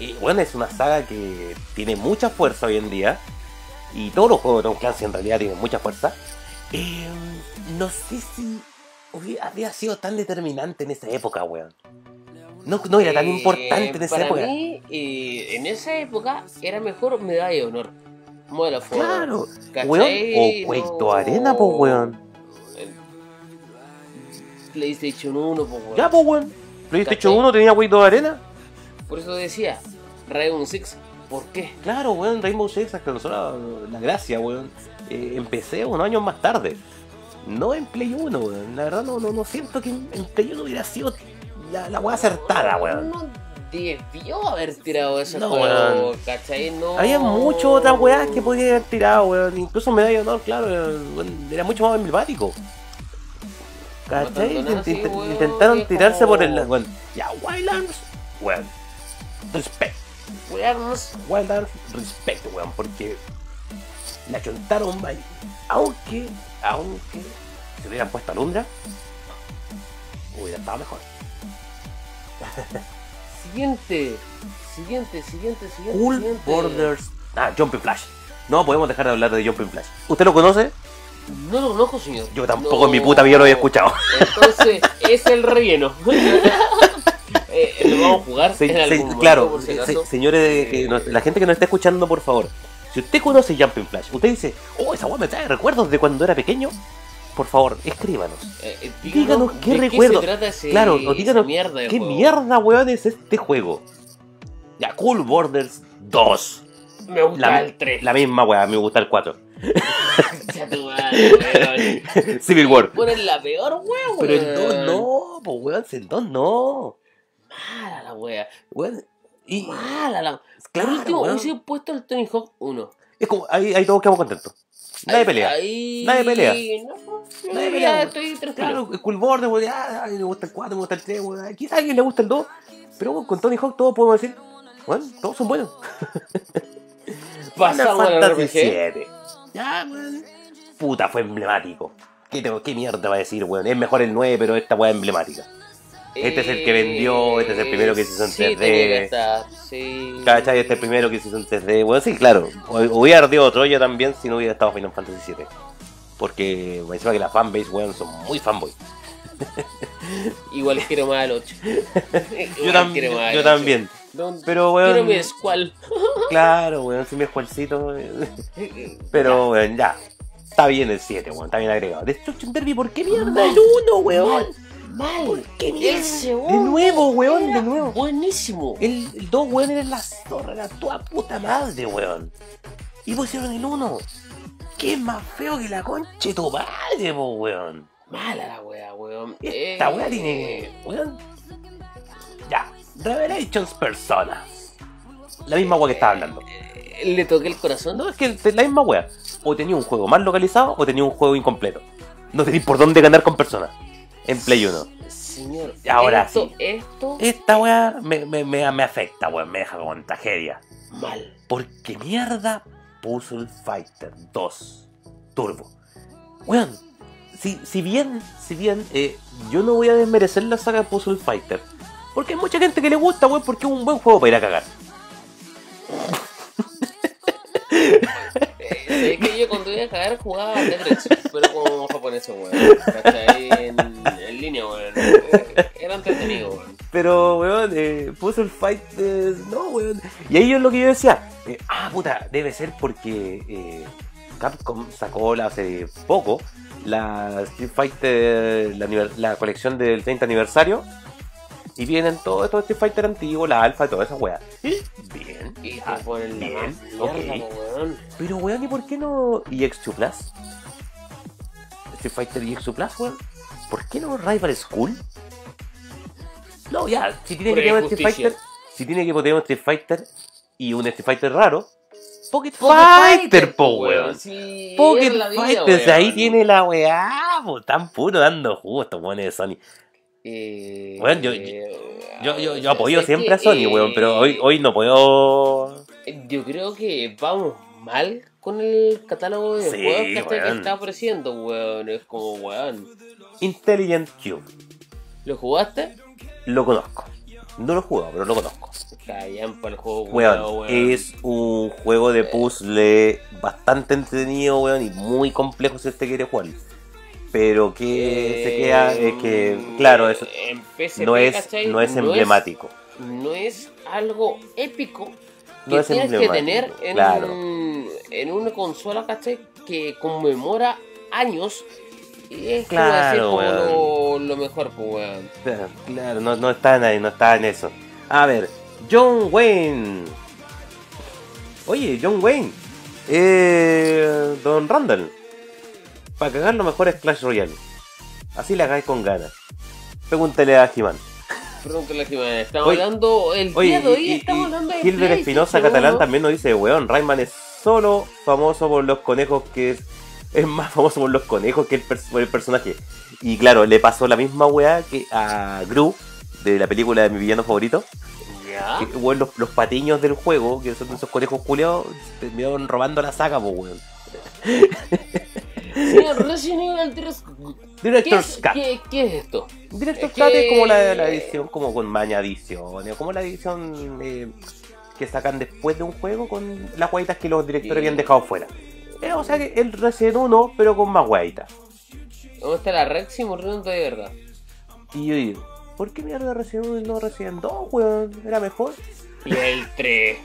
S1: eh, bueno, es una saga que tiene mucha fuerza hoy en día. Y todos los juegos de Tom Clancy en realidad tienen mucha fuerza. Eh, no sé si hubiera, habría sido tan determinante en esa época, weón. No, no era tan
S2: Eh,
S1: importante en esa
S2: para
S1: época.
S2: mí, eh, en esa época era mejor medalla de honor. Modelo for
S1: Claro.
S2: Honor, ¿cachai?
S1: Weón. O Cuento
S2: No.
S1: Arena, po, weón.
S2: El PlayStation 1, po, weón.
S1: Ya, po, weón. PlayStation
S2: ¿Cachai?
S1: 1 tenía Cuento Arena.
S2: Por eso decía, Rainbow Six, ¿por qué?
S1: Claro, weón. Rainbow Six alcanzó la, la gracia, weón. Eh, empecé unos años más tarde. No en Play 1, weón. La verdad, no, no, no siento que en, en Play 1 hubiera sido la, la weá acertada, weón.
S2: No debió haber tirado ese
S1: No,
S2: juego,
S1: weón.
S2: ¿cachai? No.
S1: Había muchas otras weas que podían haber tirado, weón. Incluso medalla de honor, claro, era- weón, era mucho más emblemático. ¿Cachai?
S2: No tanto nada,
S1: Intent-
S2: sí, weón,
S1: intentaron
S2: es
S1: tirarse
S2: como-
S1: por el. Weón. Ya, Wild Arms, weón. Respect.
S2: Weón, no sé.
S1: Wild Arms, respect, weón. Porque la chontaron mal. Aunque, aunque se hubieran puesto alundra, hubiera estado mejor.
S2: Siguiente, siguiente, siguiente, siguiente.
S1: Cool
S2: siguiente.
S1: Borders. Ah, Jumping Flash. No podemos dejar de hablar de Jumping Flash. ¿Usted lo conoce?
S2: No lo conozco, señor.
S1: Yo tampoco
S2: No.
S1: en mi puta vida lo había escuchado.
S2: Entonces, es el relleno. Eh, lo vamos a jugar
S1: Se-
S2: en
S1: se-
S2: algún momento,
S1: claro,
S2: por si
S1: se-
S2: acaso.
S1: señores, que nos- la gente que nos está escuchando, por favor, si usted conoce Jumping Flash, usted dice, oh, esa weá me trae recuerdos de cuando era pequeño, por favor, escríbanos.
S2: Eh, eh,
S1: Díganos qué
S2: de
S1: recuerdo.
S2: se trata ese-
S1: claro, o díganos,
S2: esa mierda de
S1: ¿qué
S2: juego?
S1: mierda, weón, es este juego? Ya, Cool Borders 2.
S2: Me gusta
S1: La,
S2: el 3.
S1: la misma weá, me gusta el 4.
S2: Ponen
S1: Civil War.
S2: la peor wea, weón.
S1: Pero el 2 no, pues weón, el 2 no.
S2: Mala la wea.
S1: Weón, y
S2: Mala la.
S1: Claro,
S2: Por último,
S1: weón.
S2: hubiese puesto el Tony Hawk 1.
S1: es como, ahí, ahí todos quedamos contentos. Nadie
S2: Ahí-
S1: pelea.
S2: ahí-
S1: Nadie pelea.
S2: No, no,
S1: Nadie
S2: ya
S1: pelea, weón.
S2: estoy tranquilo.
S1: Claro, el cool board, weón, ah, ay, me gusta el 4, me gusta el 3, weón. Quizá a alguien le gusta el 2, pero weón, con Tony Hawk todos podemos decir, bueno, todos son buenos.
S2: Pasamos
S1: Final
S2: al
S1: Fantasy
S2: RPG.
S1: 7. Ya, weón. Puta, fue emblemático. ¿Qué, tengo- qué mierda va a decir, weón? Es mejor el 9, pero esta weá es emblemática. Este es el que vendió, este es el primero que se hizo en
S2: sí,
S1: 3D.
S2: tenía que estar, sí.
S1: ¿Cachai? Este primero que se hizo en 3D. Bueno, sí, claro. hu- Hubiera ardido Troya también si no hubiera estado Final Fantasy VII. Porque bueno, encima que la fanbase, weón, son muy fanboy.
S2: Igual quiero más al 8.
S1: Yo, tam- yo también. Pero, um,
S2: Quiero
S1: weón,
S2: mi Squall.
S1: claro, weón, sin mi eh, esfuercito. Pero, weón, ya. Está bien el 7, weón, está bien agregado. Destruction Derby, ¿por qué mierda el 1, weón?
S2: Mal.
S1: ¿Por qué
S2: El
S1: mierda? De
S2: segundo
S1: nuevo, weón, de
S2: era
S1: nuevo.
S2: Buenísimo.
S1: El, el 2, weón, era la zorra, era toda puta madre, weón. Y pusieron el 1. Que es más feo que la concha de tu madre, po, weón.
S2: Mala la wea, weón.
S1: Esta
S2: Eh,
S1: weá tiene. Weón. Ya. Revelations Persona. La misma weá que estaba hablando.
S2: eh, Le toqué el corazón.
S1: No, es que es la misma weá. O tenía un juego mal localizado o tenía un juego incompleto. No tenéis por dónde ganar con Persona. En Play 1.
S2: Señor.
S1: Ahora
S2: esto,
S1: sí.
S2: Esto.
S1: Esta weá me, me, me, me afecta, weón. Me deja con tragedia.
S2: Mal.
S1: ¿Por qué mierda Puzzle Fighter 2 Turbo? Weón, si, si bien, si bien, eh, yo no voy a desmerecer la saga Puzzle Fighter. Porque hay mucha gente que le gusta, weón, porque es un buen juego para ir a cagar.
S2: Eh, es que yo cuando iba a cagar jugaba a Tetris, pero como japonés, weón. ¿Cachai? En, en línea, weón. Eh, Era entretenido, weón.
S1: Pero, weón, eh, Puzzle Fighter, no, weón. Y ahí es lo que yo decía. eh, ah, puta, debe ser porque eh, Capcom sacó la- hace poco la Street Fighter, la, aniver- la colección del 30 aniversario. Y vienen todos estos Street Fighter antiguos, la alfa y todas esas weas. Y Bien.
S2: Y
S1: ah,
S2: te ponen la
S1: bien,
S2: más mierda,
S1: ok.
S2: weón.
S1: Pero, weón, ¿y por qué no EX2 Plus? Street Fighter EX2 Plus, weón. ¿Por qué no Rival School? No, ya, si tiene que
S2: Por
S1: tener Street
S2: injusticia.
S1: Fighter, si tiene que tener un Street Fighter y un Street Fighter raro, Pocket,
S2: Pocket
S1: Fighter, po, weón.
S2: Sí,
S1: Pocket
S2: es la vida,
S1: Fighter, si ahí
S2: weón.
S1: tiene la weá, po, tan puro dando jugo estos weones de Sony.
S2: Eh,
S1: Weón, yo- Yo, yo, yo apoyo
S2: sé
S1: siempre
S2: que,
S1: a Sony,
S2: eh,
S1: weón, pero hoy, hoy no puedo.
S2: Yo creo que vamos mal con el catálogo de
S1: Sí,
S2: juegos que está- que
S1: weón.
S2: está ofreciendo, weón. Es como, weón.
S1: Intelligent Cube,
S2: ¿Lo jugaste?
S1: lo conozco. No lo he jugado, pero lo conozco.
S2: Callan para el juego,
S1: Weón, eh,
S2: culiao,
S1: es un juego de puzzle bastante entretenido, weón, y muy complejo si usted quiere jugar. pero que se queda
S2: Eh,
S1: es que claro eso
S2: en PSP,
S1: no es
S2: ¿cachai?
S1: no es emblemático
S2: no es algo épico que
S1: No es
S2: tienes que
S1: emblemático,
S2: tener en,
S1: claro.
S2: en una consola, ¿cachai? Que conmemora años. Y es como
S1: Claro,
S2: decir, como
S1: weón.
S2: lo, lo mejor, pues, weón.
S1: claro no, no está en ahí, no está en eso a ver John Wayne oye John Wayne eh, Don Randall para cagar lo mejor es Clash Royale así la hagáis con ganas pregúntale a He-Man
S2: Pregúntale que me estamos
S1: Oye,
S2: hablando el
S1: Oye,
S2: día de hoy,
S1: y- y-
S2: estamos
S1: y
S2: hablando de
S1: Gilbert
S2: PlayStation,
S1: Espinosa
S2: ¿no?
S1: Catalán también nos dice, weón, Rayman es solo famoso por los conejos que es, es más famoso por los conejos que el, pers- por el personaje. Y claro, le pasó la misma weá que a Gru de la película de mi villano favorito.
S2: Ya.
S1: Que, weón, los, los patiños del juego, que son esos conejos culiados, terminaron robando la saga, po, weón.
S2: Señor Resident Evil 3. ¿Qué
S1: Director's
S2: es,
S1: Cut.
S2: qué- qué es esto?
S1: Director's
S2: es
S1: Cut es como la,
S2: que-
S1: la edición, como con maña edición, como la edición eh, que sacan después de un juego con las guaitas que los directores
S2: Sí.
S1: habían dejado fuera. Eh, o sea que el Resident 1, pero con más guaitas.
S2: ¿Dónde está la Rex y muriendo de verdad?
S1: Y yo digo, ¿por qué mierda Resident 1 y no Resident 2, weón? ¿Era mejor?
S2: Y el 3.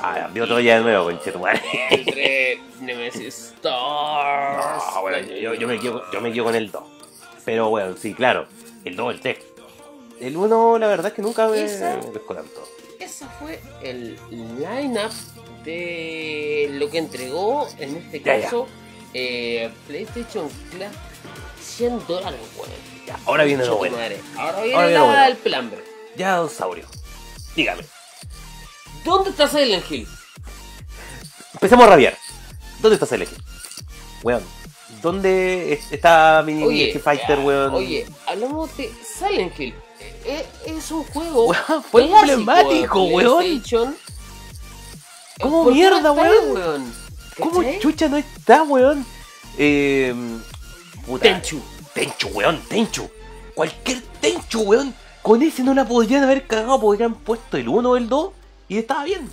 S1: Ah, cambió todo ya de nuevo, conchetumare.
S2: El 3. Nemesis Stars.
S1: No, bueno, yo, yo me quedo, yo me quedo con el 2. Pero bueno, sí, claro, el 2, el 3. El 1, la verdad es que nunca me
S2: Esa-
S1: me pescó tanto.
S2: Ese fue el lineup de lo que entregó, en este
S1: Ya, ya.
S2: caso, eh, PlayStation Club. 100 dólares, weón.
S1: Ya, ahora viene lo
S2: Chuta
S1: bueno.
S2: madre. Ahora viene
S1: Ahora viene lo
S2: la-
S1: bueno.
S2: el pelambre.
S1: Ya, don Saurio, dígame.
S2: ¿Dónde está Silent Hill?
S1: Empecemos a rabiar. ¿Dónde está Celeste? Weón. ¿Dónde es- está mi
S2: Oye,
S1: Street Fighter,
S2: ah,
S1: weón?
S2: Oye, hablamos de Silent Hill. Eh, eh, es un juego.
S1: Weón, fue
S2: clásico de
S1: emblemático, weón.
S2: PlayStation.
S1: ¿Cómo
S2: ¿Por qué no
S1: mierda,
S2: está,
S1: weón? ¿Cómo
S2: ¿Cachai?
S1: chucha no está, weón? Eh, puta.
S2: Tenchu.
S1: Tenchu, weón, Tenchu. Cualquier Tenchu, weón. Con ese no la podrían haber cagado, podrían puesto el 1 o el 2 y estaba bien.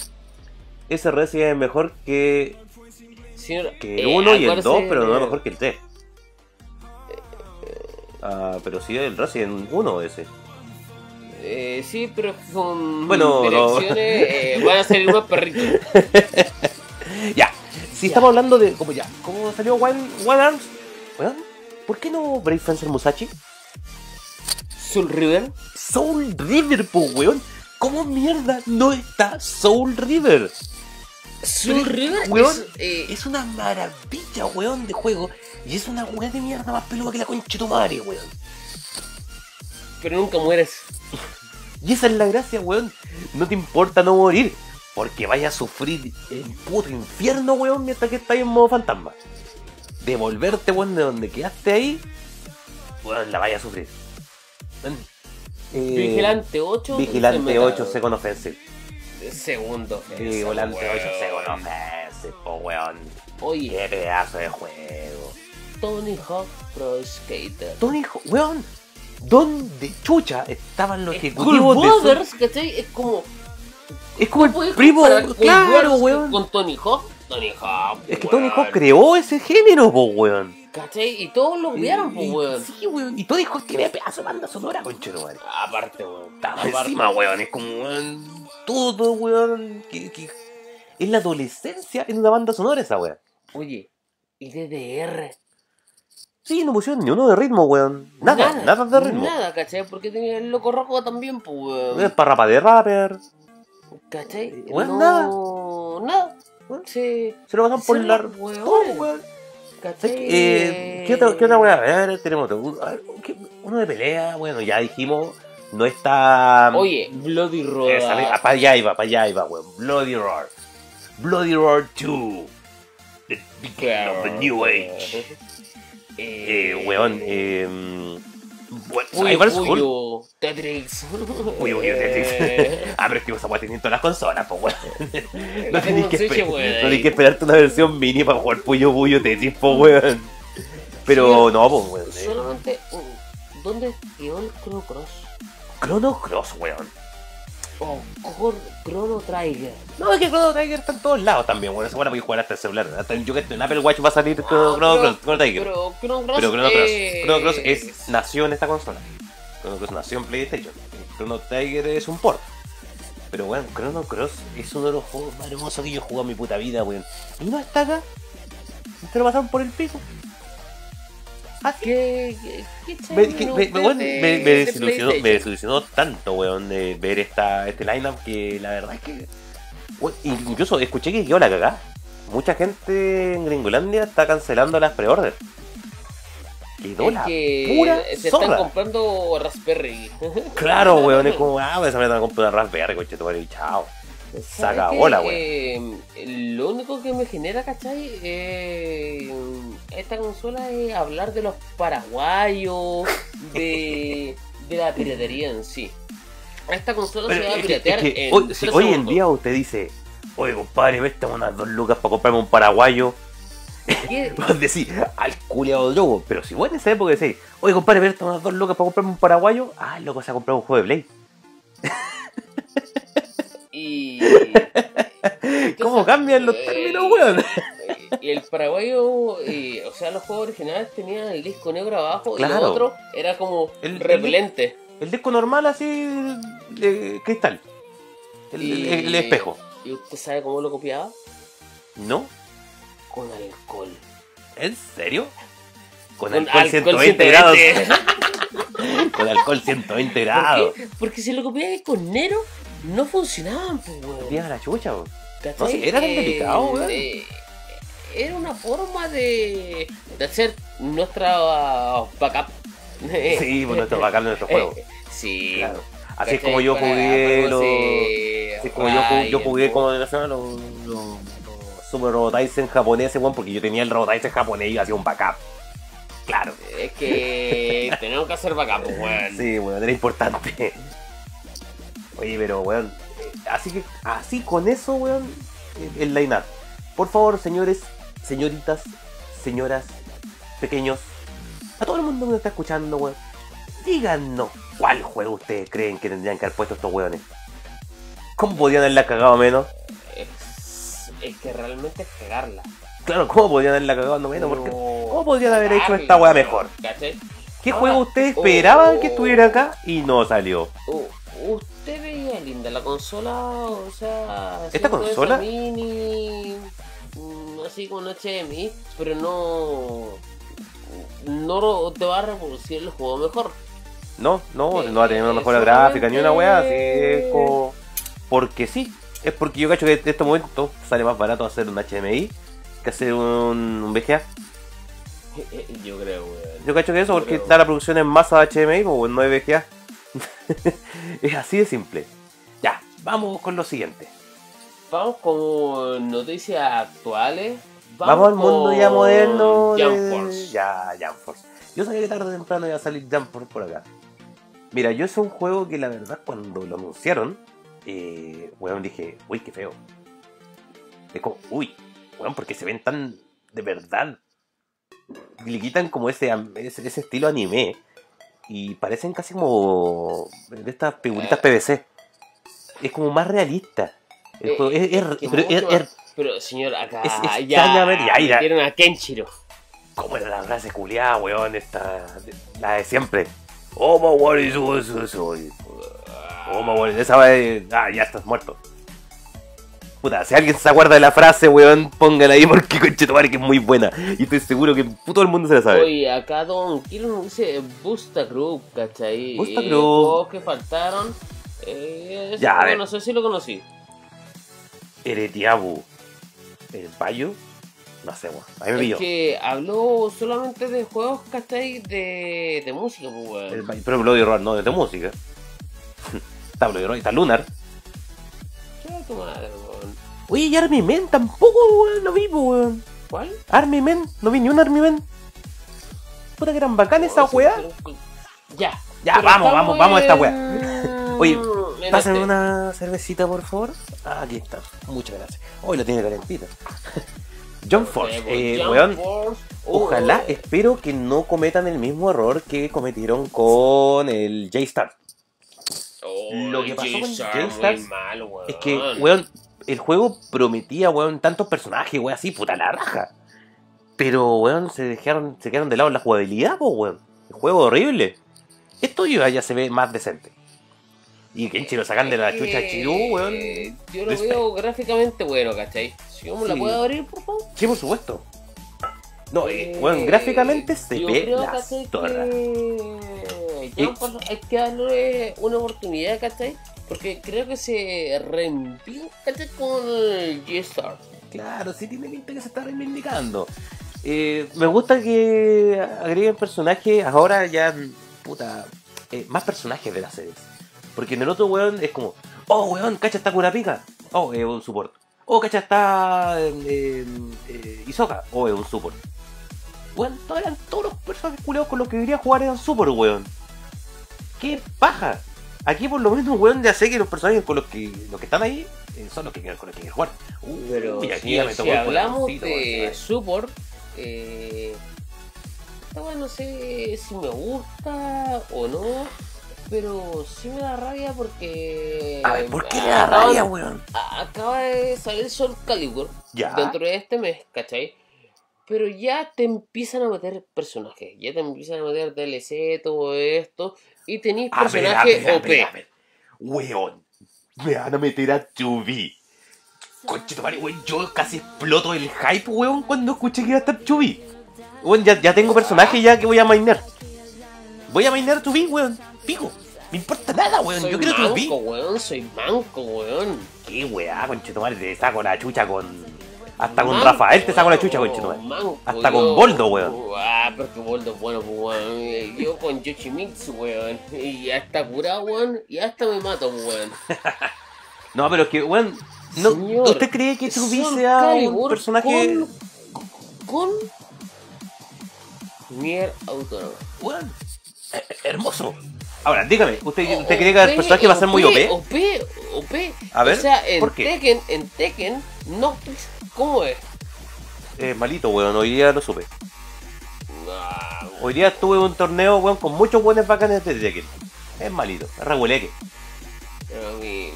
S1: Ese Resident es mejor que,
S2: Señor,
S1: que el
S2: eh,
S1: 1 y el
S2: acuérdese
S1: 2, pero no
S2: de- Eh,
S1: mejor que el 3. Ah, pero sí el Resident 1 ese.
S2: Eh, sí, pero con
S1: Bueno, no.
S2: direcciones eh, van a salir más perritos.
S1: Ya, si
S2: Ya.
S1: estamos hablando de como ya, ¿cómo salió One, One Arms? Weón, ¿por qué no Brave Fencer Musashi?
S2: Soul River.
S1: Soul River, po, weón. ¿Cómo mierda no está Soul River?
S2: Soul
S1: Pero,
S2: River
S1: weón,
S2: es, eh,
S1: Es una maravilla, weón, de juego. Y es una weá de mierda más peluda que la concha de tu madre, weón.
S2: pero nunca mueres.
S1: Y esa es la gracia, weón. No te importa no morir. Porque vaya a sufrir el puto infierno, weón, mientras que estás en modo fantasma. Devolverte, weón, de donde quedaste ahí, weón, la vaya a sufrir. Weón. Eh,
S2: Vigilante 8.
S1: Vigilante
S2: se
S1: 8
S2: mataron.
S1: Second Offensive.
S2: Segundo. eso,
S1: Vigilante 8
S2: weón.
S1: Second Offensive, po, weón.
S2: Oye,
S1: Qué pedazo de juego.
S2: Tony Hawk Pro Skater.
S1: Tony, Ho- weón, ¿dónde chucha estaban los
S2: Es
S1: ejecutivos de Sony?
S2: Brothers, ¿cachai? Es como.
S1: Es como el
S2: ¿puedes
S1: primo,
S2: comparar Cool
S1: claro,
S2: Brothers
S1: weón.
S2: Con Tony Hawk. Tony Hawk.
S1: Es que Tony
S2: weón.
S1: Hawk creó ese género, po, weón.
S2: ¿Cachai? Y todos lo vieron, pues,
S1: Y-
S2: weón.
S1: Sí, weón. Y Tony Hawk tiene pedazo de banda sonora, conchero, weón.
S2: Aparte, weón.
S1: Estaba
S2: Aparte.
S1: Ah, encima, weón. Es como, weón, todo, weón. Que, que... Es la adolescencia en una banda sonora esa, weón.
S2: Oye, y DDR.
S1: Sí, no pusieron ni uno de ritmo, weón. Nada, nada, de ritmo.
S2: Nada, ¿cachai? Porque tenía el loco rojo también, pues,
S1: Es
S2: weón.
S1: parrapa de rapper.
S2: ¿Cachai?
S1: Weón,
S2: no, nada.
S1: Weón.
S2: Sí,
S1: Se lo pasan
S2: Se
S1: por
S2: lo-
S1: la...
S2: weón.
S1: Todo, weón.
S2: ¿cachai?
S1: Eh, ¿Qué otra, qué otra weá? A ver, tenemos otro. Un- a ver, ¿qué? Uno de pelea, bueno, ya dijimos, no está.
S2: Oye, Bloody
S1: Esa,
S2: Roda.
S1: ah, pa' allá iba, pa' allá iba, weón. Bloody Roar. Bloody Roar 2. The beginning of the New Age. Eh, weón, eh. Bueno,
S2: Puyo,
S1: Cyber School.
S2: Puyo, Tetris.
S1: Puyo, Puyo, Tetris. ah, pero es que esa weá tenía en todas las consolas, pues weón. no
S2: La tengo
S1: tenés
S2: en
S1: que,
S2: Switch,
S1: esper-
S2: weón,
S1: no
S2: ahí.
S1: tenés que esperarte una versión mini para jugar Puyo Puyo Tetris, pues weón. Pero
S2: Sí,
S1: no, pues weón. eh.
S2: Solamente, uh, ¿dónde quedó el Chrono Cross?
S1: Chrono Cross, weón.
S2: o Cor- Chrono Trigger.
S1: No, es que Chrono Trigger está en todos lados también, bueno, esa buena porque jugar hasta el celular. Hasta en- yo que en Apple Watch va a salir Chrono, Chrono Cross, Chrono Trigger. Ah, Pero,
S2: Pero Chrono Cross,
S1: Chrono Cross,
S2: es-
S1: Chrono Cross es, nació en esta consola. Chrono Cross nació en PlayStation. Chrono Trigger es un port. Pero bueno, Chrono Cross es uno de los juegos más hermosos que yo he jugado en mi puta vida, weón. Y no está acá. Te lo pasaron por el piso. Así
S2: ¿Qué, qué, qué
S1: me,
S2: channel
S1: que- me-
S2: no
S1: me-
S2: ves
S1: weón,
S2: de-
S1: me- me
S2: de
S1: desilusionó, me
S2: PlayStation?
S1: desilusionó tanto, weón, de ver esta, este lineup que la verdad es que. weón, incluso escuché que yo la cagá. Mucha gente en Gringolandia está cancelando las pre-orders. Quedó
S2: Es
S1: la
S2: que
S1: pura
S2: se están
S1: zorra.
S2: comprando Raspberry.
S1: Claro, weón, es como, ah, esa me la compré una Raspberry, coche, tu madre, y chao. Saca
S2: ¿Sabes
S1: bola,
S2: qué?
S1: weón.
S2: Eh, lo único que me genera, ¿cachai? Eh, esta consola es hablar de los paraguayos, de, de la piratería en sí. Esta consola
S1: Pero
S2: se va a
S1: es que-
S2: piratear
S1: es que
S2: en
S1: hoy,
S2: tres
S1: si hoy en
S2: segundos.
S1: día usted dice, oye, compadre, vete unas dos lucas para comprarme un paraguayo.
S2: ¿Qué?
S1: Vos decís, al culeado loco. Pero si vos en esa época decís, oye compadre, pero estas unas dos locas para comprarme un paraguayo, ah, loco, se ha comprado un juego de Play.
S2: Y...
S1: ¿Cómo
S2: Entonces,
S1: cambian los
S2: eh,
S1: términos, weón?
S2: Y el paraguayo, eh, o sea, los juegos originales tenían el disco negro abajo y
S1: Claro.
S2: el otro era como
S1: El- el-
S2: repelente.
S1: El disco normal así, eh, cristal. El,
S2: Y-
S1: el- el espejo.
S2: ¿Y usted sabe cómo lo copiaba?
S1: ¿No?
S2: Con alcohol.
S1: ¿En serio? Con
S2: Con
S1: alcohol 120 grados. Con alcohol 120 grados.
S2: ¿Por qué? Porque si lo copiaba con Nero, no funcionaban, pues, weón.
S1: Tía la chucha, weón.
S2: ¿Cachai?
S1: No sé, era tan
S2: Eh,
S1: delicado, weón.
S2: eh, Era una forma de, de hacer nuestra uh, backup.
S1: Sí, bueno, esto es bacán nuestro
S2: Eh,
S1: juego.
S2: sí.
S1: Claro. Así es
S2: ¿Cachai?
S1: como yo
S2: Para
S1: jugué
S2: juegos
S1: los.
S2: de
S1: Así como yo, ju- yo
S2: Ryan,
S1: jugué
S2: po.
S1: como de nacional los, los, los Super Robotyson japoneses, weón, porque yo tenía el Robotyson japonés y hacía un backup. Claro.
S2: Es que tenemos que hacer backup, pues, weón.
S1: Sí, weón, era importante. Oye, pero weón. eh, Así que, así con eso, weón, eh, el- el line-up. Por favor, señores, señoritas, señoras, pequeños, a todo el mundo que nos está escuchando, weón, díganos cuál juego ustedes creen que tendrían que haber puesto estos weones. ¿Cómo podían haberla cagado menos?
S2: Es, es que realmente es cagarla.
S1: Claro, ¿cómo podrían haberla cagado no menos? Porque, ¿Cómo podrían haber hecho
S2: cagarla,
S1: esta weá mejor?
S2: ¿Cachai?
S1: ¿Qué
S2: Ahora,
S1: juego ustedes
S2: oh,
S1: esperaban que
S2: oh,
S1: estuviera acá y no salió?
S2: U- ¿Usted veía linda la consola? O sea,
S1: ¿Esta
S2: siendo esa
S1: consola?
S2: Mini, mm, así con HDMI, pero no. No ro- te va a reproducir el juego mejor.
S1: No, no,
S2: Eh,
S1: no va a tener una mejora
S2: solamente-
S1: gráfica ni una weá, así es como... Porque sí, es porque yo cacho que en este momento sale más barato hacer un HMI que hacer un, un VGA.
S2: Yo creo, weón.
S1: Yo cacho que eso
S2: Yo
S1: porque
S2: creo.
S1: está la producción en masa de HMI, pues no hay VGA. es así de simple. Ya, vamos con lo siguiente.
S2: Vamos con noticias actuales.
S1: Vamos, al mundo ya
S2: con
S1: moderno.
S2: Jump
S1: de-
S2: Force.
S1: Ya, Jump Force. Yo sabía que tarde o temprano iba a salir Jump Force por acá. Mira, yo es un juego que la verdad cuando lo anunciaron, eh, weón, dije, uy, qué feo. Es como, uy, weón, porque se ven tan de verdad. Le quitan como ese, am- ese, ese estilo anime. Y parecen casi como de estas figuritas PVC. Es como más realista. El
S2: Eh,
S1: juego es, es-
S2: Que
S1: pero es-
S2: mucho
S1: es-
S2: más- pero, señor, acá
S1: Es
S2: ya,
S1: extrañamente- ya, ya.
S2: metieron a Kenshiro.
S1: ¿Cómo era la frase culiada, weón? Esta, la de siempre. Oh, my word is soy. Oh, my word. Esa va de. Ah, ya estás muerto. Puta, si alguien se acuerda de la frase, weón, póngala ahí porque conchetumare que es muy buena. Y estoy seguro que todo el mundo se la sabe.
S2: Oye, acá Don Kilo nos dice Busta Group, ¿cachai?
S1: Busta
S2: Eh,
S1: Group.
S2: juegos que faltaron. Eh, ese
S1: Ya, a
S2: juego
S1: ver.
S2: No sé si lo conocí.
S1: Eretiabu. El payo. No sé, weón. A mí me
S2: Es
S1: pilló.
S2: que habló solamente de juegos, ¿cachai? De, de música, pues, weón.
S1: El payo. Pero Bloody Roar no es de música. está Bloody Roar, está Lunar.
S2: Chao, tu madre, weón.
S1: Oye, y Army Men tampoco, weón, lo vi, weón.
S2: ¿Cuál?
S1: Army Men, no vi ni un Army Men. Puta que eran bacanas
S2: No,
S1: esas
S2: Oh, sí,
S1: weas.
S2: pero- Ya.
S1: Ya,
S2: Pero
S1: vamos,
S2: estamos este
S1: vamos, vamos a esta wea.
S2: en-
S1: Oye,
S2: en
S1: Pásenme
S2: este.
S1: una cervecita, por favor. Ah, aquí está. Muchas gracias. Hoy lo tiene calentita. John Force,
S2: Juego,
S1: eh,
S2: Jump
S1: weón.
S2: Force. Oh,
S1: Ojalá,
S2: eh,
S1: espero que no cometan el mismo error que cometieron con el J-Star.
S2: Oh,
S1: Lo que pasó con
S2: J-Star,
S1: J-Star
S2: muy mal, weón.
S1: Es que, weón, el juego prometía, weón, tantos personajes, weón, así, puta la raja. Pero, weón, se dejaron, se quedaron de lado en la jugabilidad, po, weón. El juego horrible. Esto ya, ya se ve más decente. Y Kenchi lo sacan de la
S2: Eh,
S1: chucha Chiru, weón.
S2: Yo lo
S1: Respect.
S2: veo gráficamente bueno, ¿cachai? Si yo me la
S1: Sí.
S2: puedo abrir, por favor.
S1: Sí, por supuesto. No, eh,
S2: Eh,
S1: weón, gráficamente se
S2: yo
S1: ve
S2: creo,
S1: la
S2: ¿cachai?
S1: zorra. Eh.
S2: que ya un paso- hay que darle una oportunidad, ¿cachai? Porque creo que se reenvió, ¿cachai? Con el G-Star.
S1: Claro, sí tiene pinta que se está reivindicando. Eh, me gusta que agreguen personajes, ahora ya, puta, eh, más personajes de las series. Porque en el otro weón es como, oh weón, cacha está Kurapika, oh es un support. Oh cacha está eh, eh, Hisoka, oh es un support. Weón, todos eran todos los personajes culeados con los que quería jugar eran support, weón. ¡Qué paja! Aquí por lo menos, weón, ya sé que los personajes con los que, los que están ahí eh, son los que, con los que quiero jugar. Uh,
S2: Pero
S1: y aquí
S2: si,
S1: ya me
S2: si
S1: tocó el
S2: hablamos
S1: corazoncito,
S2: de
S1: weón.
S2: support, eh, esta weá no sé si me gusta o no, pero sí me da rabia porque.
S1: A ver, ¿por qué le da
S2: acaban-
S1: rabia, weón?
S2: a- Acaba de salir Sol Calibur
S1: Ya.
S2: dentro de este mes, ¿cachai? Pero ya te empiezan a meter personajes, ya te empiezan a meter DLC, todo esto, y tenéis
S1: A ver,
S2: personajes
S1: a ver, a
S2: OP.
S1: ver, a ver. Weón, me van a meter a Chubby. Conchito, madre, weón, yo casi exploto el hype, weón, cuando escuché que iba a estar Chubby. Weón, ya, ya tengo personaje ya que voy a mainear. Voy a mainear a Chubby, weón. Pico. Me importa nada, weón.
S2: Soy
S1: yo quiero
S2: manco,
S1: Chubby.
S2: weón, soy manco, weón.
S1: Qué weá, conchito, madre, te saco la chucha con. Hasta con
S2: Manco,
S1: Rafael te saco la chucha,
S2: weón,
S1: conchito, madre.
S2: manco,
S1: Hasta
S2: yo-
S1: con Boldo, weón.
S2: Ah, pero que Boldo es bueno, pues, weón. Eh, Yo con Yoshimitsu, weón. Y hasta curado, weón. Y hasta me mato, weón.
S1: No, pero es que, weón. No,
S2: Señor,
S1: ¿Usted cree que Chubby
S2: Soul
S1: sea un
S2: Calibur
S1: personaje.
S2: Con. con... Nier Autónoma.
S1: Weón, eh, eh, hermoso. Ahora, dígame,
S2: Oh,
S1: ¿usted, usted cree que el personaje va a ser muy OP?
S2: OP, OP.
S1: A ver,
S2: o sea, en
S1: ¿por qué?
S2: Tekken, en Tekken, Noctis, ¿cómo es?
S1: Eh, malito, weón, hoy día lo supe.
S2: Ah,
S1: Hoy día estuve en un torneo, weón, con muchos buenos bacanes de Tekken. Es malito, es reguleque.
S2: a mí-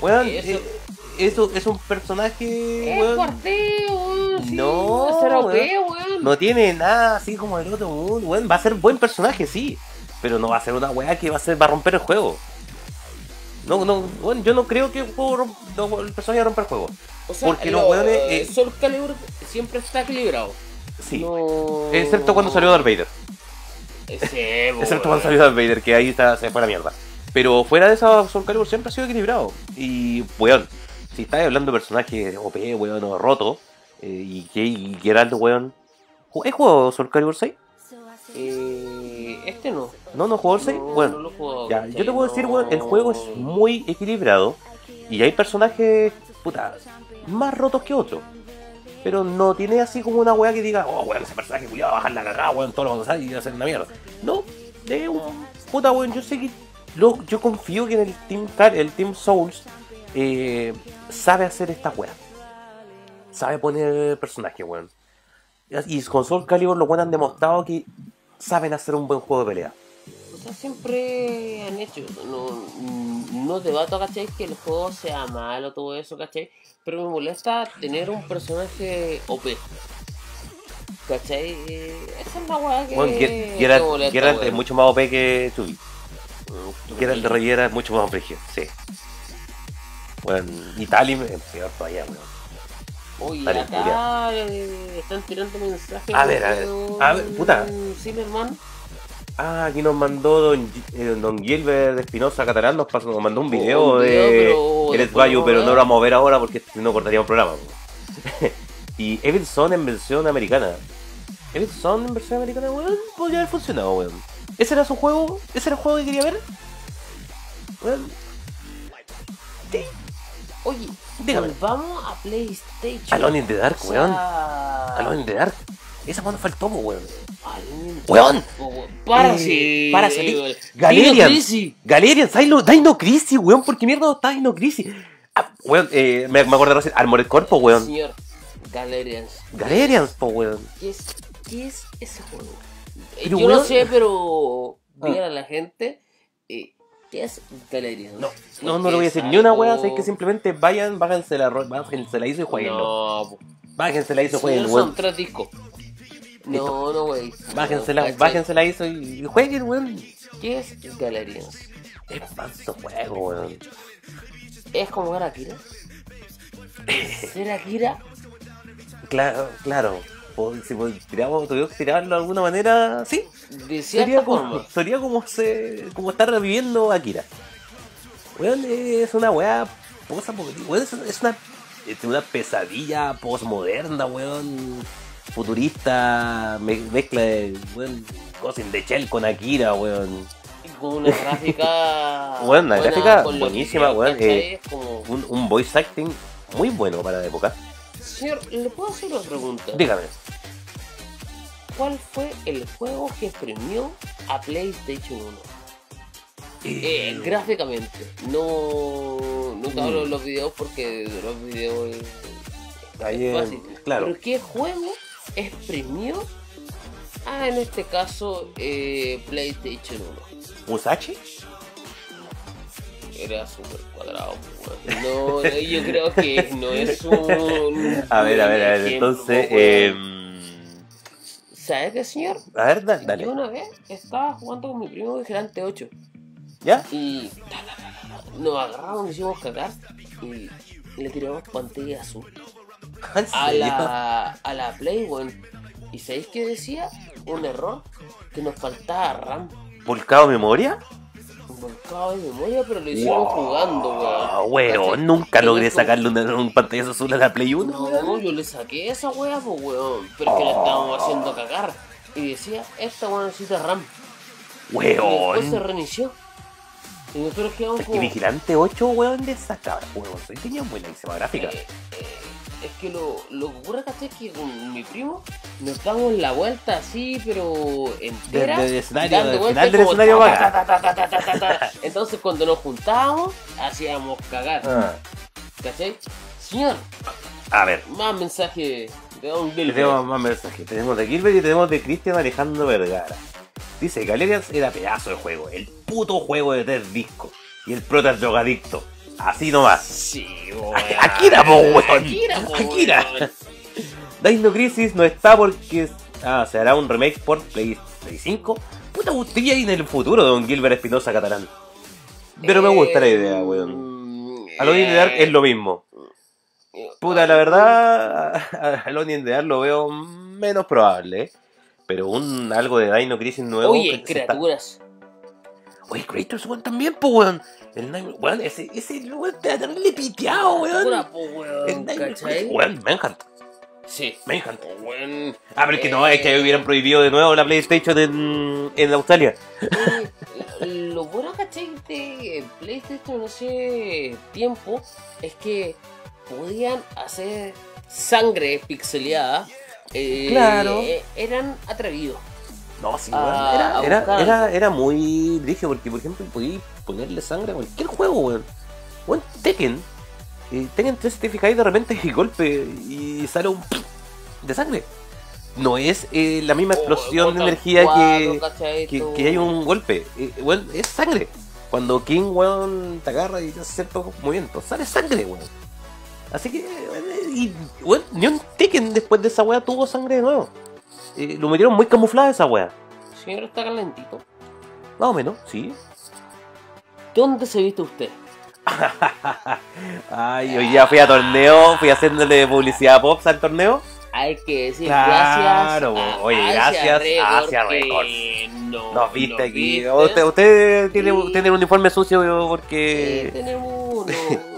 S1: Weón,
S2: Eso-
S1: eh, eso es un personaje,
S2: Es
S1: weón.
S2: cuarteo, weón. sí,
S1: No,
S2: va a ser OP,
S1: weón.
S2: weón.
S1: No tiene nada así como el otro mundo, weón. Va a ser buen personaje, sí. Pero no va a ser una weá que va a, ser, va a romper el juego. No, no, weón, yo no creo que el, juego rom- no, el personaje va a romper el juego.
S2: O sea,
S1: porque
S2: lo-
S1: los weones, eh,
S2: Soul Calibur siempre está equilibrado.
S1: Sí.
S2: No-
S1: Excepto cuando salió Darth Vader.
S2: Sí, weón.
S1: Excepto cuando salió Darth Vader, que ahí está, se fue a la mierda. Pero fuera de eso, Soul Calibur siempre ha sido equilibrado. Y, weón, si estáis hablando de personajes OP, weón, o roto, eh, y, que- y Geralt, weón. ¿Ju- ¿Has jugado Soul Calibur 6?
S2: Eh, este no.
S1: No, no jugó el 6.
S2: No, no
S1: Bueno,
S2: lo he jugado,
S1: ya, yo te puedo decir, weón, el
S2: no.
S1: juego es muy equilibrado. Y hay personajes, puta, más rotos que otros. Pero no tiene así como una weá que diga, oh, weón, ese personaje, cuidado, va a bajar la cagada, weón, todo lo vamos a hacer y va a ser una mierda. No, es un. Puta, weón, yo sé que. lo- yo confío que en el Team, Cal- el team Souls eh, sabe hacer esta weá. Sabe poner personaje, weón. Y con Soul Calibur los weones han demostrado que saben hacer un buen juego de pelea.
S2: O sea, siempre han hecho. No, no debato, ¿cachai? Que el juego sea malo, todo eso, ¿cachai? Pero me molesta tener un personaje OP. ¿Cachai? Eh, Esa es la weá que.
S1: Bueno, Ger-
S2: que
S1: Geralt,
S2: molesta,
S1: Geralt es
S2: Eh, weón.
S1: mucho más OP que Chubby. Mm, Geralt de Reyera es mucho más brígido, sí. Bueno, y Talim es peor todavía, weón.
S2: Oye,
S1: Dale,
S2: acá eh, están tirando mensajes.
S1: A ver, a ver, a ver, puta.
S2: Sí, mi hermano.
S1: Ah, aquí nos mandó Don, Gi- eh, don Gilbert Espinosa Catalán, nos, pasó- nos mandó un video
S2: Oh, Un video,
S1: de
S2: pero
S1: El
S2: después
S1: Esbayo,
S2: lo vamos a
S1: pero no lo
S2: ver.
S1: vamos a ver ahora porque si no cortaríamos el programa. weón. y Evilson en versión americana. Evilson en versión americana, weón, podría haber funcionado, weón. ¿Ese era su juego? ¿Ese era el juego que quería ver? Weón,
S2: Oye,
S1: Dígame.
S2: volvamos a PlayStation.
S1: Alone in the Dark,
S2: O sea,
S1: weón. Alone in the Dark. Esa cuando faltó, po, weón.
S2: Alone in the
S1: Weón.
S2: Dark. Párase.
S1: Eh, párase,
S2: eh,
S1: Lee.
S2: weón.
S1: Galerian.
S2: Dino Crisis.
S1: Galerian, Dino, Dino Crisis, weón. ¿Por qué mierda no está Dino Crisis? Ah, weón, eh, me, me acordé recién. Armored Core, po, weón.
S2: Señor, Galerians.
S1: Galerians, po, weón.
S2: ¿Qué es, qué es ese juego? Eh,
S1: Pero,
S2: Yo no
S1: weón.
S2: sé, pero.
S1: Ah.
S2: Digan a la gente. eh, test galerías.
S1: No, no, no le voy a decir ni una wea, así que simplemente vayan, bájense la, ro- bájense la ISO y jueguenlo.
S2: No,
S1: Bájense la ISO y
S2: pues,
S1: jueguen,
S2: no
S1: weón.
S2: son tres discos. No, no, wey.
S1: Bájense la,
S2: ¿Cachai?
S1: bájense la ISO y y jueguen, weón.
S2: ¿Qué es galerías?
S1: Es manso juego, weón.
S2: ¿Es como ver a Kira? ¿Ser Akira?
S1: Claro, claro. Po- Si po- tiramos, tuvimos que tirarlo de alguna manera, sí.
S2: De
S1: Sería
S2: cierta
S1: como,
S2: forma.
S1: sería como se, como estar reviviendo a Akira. Weón, es una weá post weón, es, es una es una pesadilla postmoderna, weón. Futurista, me- mezcla de weón, Ghost in the Shell con Akira, weón.
S2: Con una gráfica.
S1: Bueno, la
S2: buena,
S1: gráfica
S2: con lo
S1: buenísima,
S2: que-
S1: weón,
S2: ¿cachai?
S1: eh.
S2: Es como.
S1: Un, un voice acting muy bueno para la época.
S2: Señor, ¿le puedo hacer una pregunta?
S1: Dígame.
S2: ¿Cuál fue el juego que premió a PlayStation 1? Eh, gráficamente. No. No te hablo de los videos porque de los videos es, es
S1: Ahí, eh,
S2: fácil.
S1: claro.
S2: Pero ¿qué juego es premió a, en este caso, eh, PlayStation 1?
S1: ¿Musashi?
S2: Era super cuadrado. pues, weón. No, eh, yo creo que no es un.
S1: A ver, a ver, a ver.
S2: ejemplo, pues,
S1: Entonces,
S2: weón.
S1: em,
S2: ¿Sabes qué, señor?
S1: a ver, da-
S2: Yo
S1: dale.
S2: una vez estaba jugando con mi primo de Gerante 8
S1: ¿Ya?
S2: y ta, ta, ta, ta, ta, nos agarramos, nos hicimos cagar y le tiramos pantalla azul
S1: ¿En
S2: a
S1: serio?
S2: la, a la Play weón. ¿Y sabéis qué decía? Un error que nos faltaba RAM,
S1: ¿Volcado memoria?
S2: un volcado de memoria, pero lo hicimos jugando, weón.
S1: Ah, weón, nunca
S2: Entonces,
S1: logré
S2: como-
S1: sacarle una- un pantallazo azul a la Play 1.
S2: No, yo le saqué esa weá, pues weón, pero es que la
S1: Oh.
S2: estábamos haciendo cagar. Y decía, esta weón necesita RAM. Y después se
S1: Weón.
S2: reinició. Y nosotros quedamos
S1: Es que
S2: como...
S1: Vigilante 8, weón, le sacaba juegos. Y tenía buenísima gráfica.
S2: Eh, eh, es que lo, lo que ocurre, ¿cachai? Es que con mi primo nos damos la vuelta así, pero entera.
S1: Desde el escenario,
S2: dando
S1: del
S2: vueltas
S1: final del
S2: como
S1: escenario
S2: ta,
S1: para
S2: ta, ta, ta, ta, ta, ta, ta. Entonces cuando nos juntábamos, hacíamos cagar,
S1: Ah,
S2: ¿cachai? Señor,
S1: A ver,
S2: más mensaje de Don
S1: tenemos
S2: Gilbert.
S1: más mensajes. Tenemos de Gilbert y tenemos de Cristian Alejandro Vergara. Dice, Galerias era pedazo de juego. El puto juego de tres discos. Y el prota es drogadicto. Así nomás.
S2: Sí, weón.
S1: Akira, po, weón.
S2: Akira, po, weón.
S1: Akira. Dino Crisis no está porque ah, se hará un remake por Play, Play 5. Puta gustilla en el futuro, don Gilbert Espinosa Catalán. Pero me gusta la idea, weón.
S2: Eh, Mm,
S1: A lo de Dark
S2: eh,
S1: es lo mismo. Puta, la verdad, a lo de Dark lo veo menos probable. ¿eh? Pero un algo de Dino Crisis nuevo.
S2: Oye,
S1: que se está-
S2: criaturas.
S1: Oye, Creators, weón, también, pues, weón. El Nine- weón, ese, ese weón te da le piteado, weón.
S2: Criatura, po, weón,
S1: El Nine-
S2: ¿cachai?
S1: Weón, Manhunt,
S2: Sí.
S1: Manhunt.
S2: Weón.
S1: Ah, pero es que no, es que hubieran prohibido de nuevo la PlayStation en, en Australia.
S2: Eh, lo bueno, ¿cachai? De PlayStation hace tiempo es que podían hacer sangre pixeleada. eh,
S1: Claro.
S2: eh, eran atrevidos.
S1: No, sí,
S2: Ah,
S1: weón. Era,
S2: a buscar
S1: era, era,
S2: algo.
S1: era muy brígido porque, por ejemplo, podías ponerle sangre a cualquier juego, weón. Weón, Tekken. Y Tekken 3 te fijáis de repente y golpe y sale un de sangre. No es eh, la
S2: Oh,
S1: misma explosión de energía que, que, que hay un golpe. Eh, weón, es sangre. Cuando King, weón, te agarra y hace ciertos movimientos, sale sangre, weón. Así que, weón, eh, y, weón, ni un Tekken después de esa weá tuvo sangre de nuevo. Eh, lo metieron muy camuflada esa weá.
S2: Señor, está calentito.
S1: Más o menos, sí.
S2: ¿Dónde se viste usted?
S1: Ay, hoy ya fui a torneo, fui haciéndole publicidad a Pops al torneo.
S2: Hay que decir
S1: Claro,
S2: gracias.
S1: oye, gracias a Asia Records.
S2: que No,
S1: Nos Oh, viste aquí. Oh, Usted,
S2: viste.
S1: usted tiene,
S2: Sí.
S1: tiene un uniforme sucio porque.
S2: Sí, Eh, tenemos uno.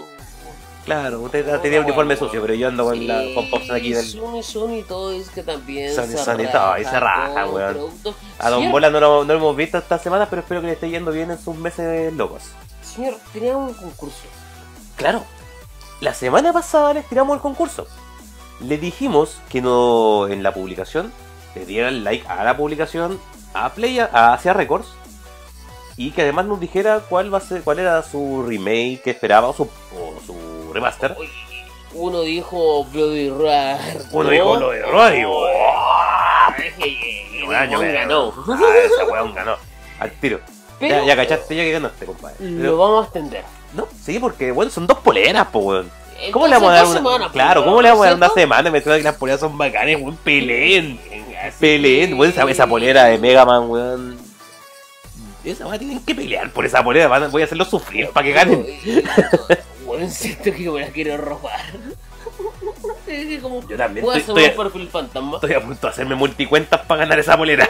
S1: Claro, usted tenía un uniforme
S2: Bueno,
S1: sucio, pero yo ando con, la,
S2: Sí,
S1: con Pops aquí del.
S2: Sony, Sony, todo es que también
S1: Sony, Sony, todo, y se raja,
S2: con
S1: weón.
S2: productos.
S1: A Don
S2: Señor,
S1: Bola no lo, no lo hemos visto esta semana, pero espero que le esté yendo bien en sus meses locos.
S2: Señor, teníamos un concurso.
S1: Claro, la semana pasada les tiramos el concurso. Le dijimos que no en la publicación le dieran like a la publicación a Play a hacia Records y que además nos dijera cuál va a ser, cuál era su remake que esperaba o su, o su remaster.
S2: Oye, Uno dijo Bloody Roar.
S1: Uno dijo lo de Roddy, ¡oh!
S2: Ay, eh,
S1: Weón, yo me-
S2: ganó.
S1: Ah, ese weón ganó. Al tiro.
S2: Pero
S1: ya, ya cachaste, ya que ganaste, compadre.
S2: lo
S1: Pero-
S2: vamos a extender.
S1: no, sí, porque, bueno, son dos poleras, po, weón. ¿Cómo
S2: Entonces,
S1: le vamos a dar
S2: dos
S1: una
S2: semanas,
S1: Claro,
S2: pues,
S1: ¿cómo le vamos a dar una
S2: ¿cierto?
S1: semana? Me suena que las poleras son bacanes, weón. Pelén.
S2: Así.
S1: Pelén, weón. Esa, esa polera de Mega Man, weón. Esa weón tienen que pelear por esa polera. van a- voy a hacerlos sufrir para que ganen.
S2: Bueno, siento que me la quiero robar. Es que como-
S1: Yo también
S2: Voy a
S1: estoy-
S2: hacer un
S1: estoy-
S2: perfil fantasma.
S1: Estoy a punto de hacerme multicuentas para ganar esa polera.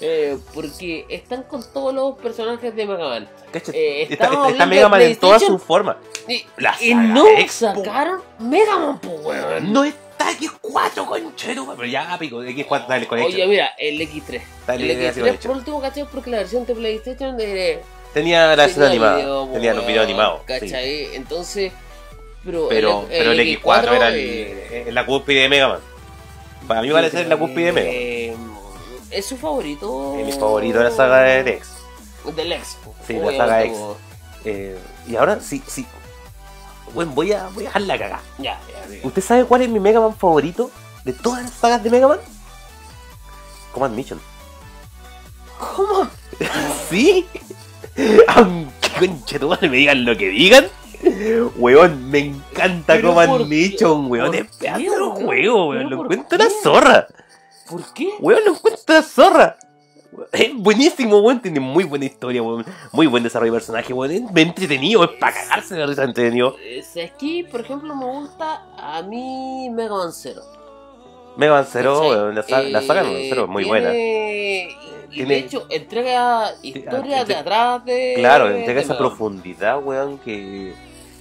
S2: Eh, porque están con todos los personajes de Mega Man.
S1: Cacha,
S2: Eh,
S1: está,
S2: estamos
S1: está- está
S2: hablando
S1: Mega
S2: de
S1: Man en todas
S2: PlayStation.
S1: sus formas.
S2: Y,
S1: La
S2: y
S1: saga
S2: no
S1: Expo.
S2: sacaron Mega Man, pues, weón.
S1: No está X4, conchero. Pero ya, pico, X4, dale, con
S2: Oye, mira, el X3.
S1: Dale,
S2: el
S1: gracias,
S2: X3
S1: Nacho.
S2: por último, ¿cachai? Porque la versión de PlayStation de...
S1: Tenía la escena animada.
S2: video,
S1: tenía los
S2: weón,
S1: videos animados. sí.
S2: ¿Cachai? Entonces... Pero,
S1: Pero, pero el, X4, era el-
S2: eh,
S1: el- la cúspide de Mega Man. Para mí vale ser la cúspide de Mega Man.
S2: Eh, Es su favorito.
S1: Eh, Mi favorito de la saga de Dex.
S2: Del Expo.
S1: Sí, la saga
S2: obviamente,
S1: X.
S2: po.
S1: Eh, y ahora sí, sí. Bueno, voy a, voy a dejar la cagada.
S2: Ya, ya, ya.
S1: ¿Usted sabe cuál es mi Mega Man favorito de todas las sagas de Mega Man? Command Mission.
S2: ¿Cómo?
S1: ¿Sí? Aunque conchetumare me digan lo que digan. Weón, me encanta
S2: Pero
S1: Command
S2: por qué-
S1: Mission, weón.
S2: por
S1: Es
S2: qué,
S1: pedazo de
S2: weón?
S1: juego,
S2: Pero
S1: weón. Lo
S2: ¿por
S1: encuentro
S2: qué?
S1: una zorra.
S2: ¿Por qué?
S1: Weón, lo encuentro una zorra. Es buenísimo, weón. Tiene muy buena historia, weón. Muy buen desarrollo de personaje, weón. Es entretenido, es para cagarse de risa entretenido.
S2: Es Eh, aquí, por ejemplo, me gusta a mí Mega Man Zero.
S1: Mega Man Zero,
S2: ¿Cachai?
S1: weón. La, sa- la saga de Mega Man
S2: Eh,
S1: Zero es muy
S2: tiene-
S1: buena.
S2: Y
S1: Tiene-
S2: de hecho, entrega historias de
S1: entrega-
S2: atrás de.
S1: Claro,
S2: de
S1: entrega esa
S2: Mega Man.
S1: profundidad, weón, que.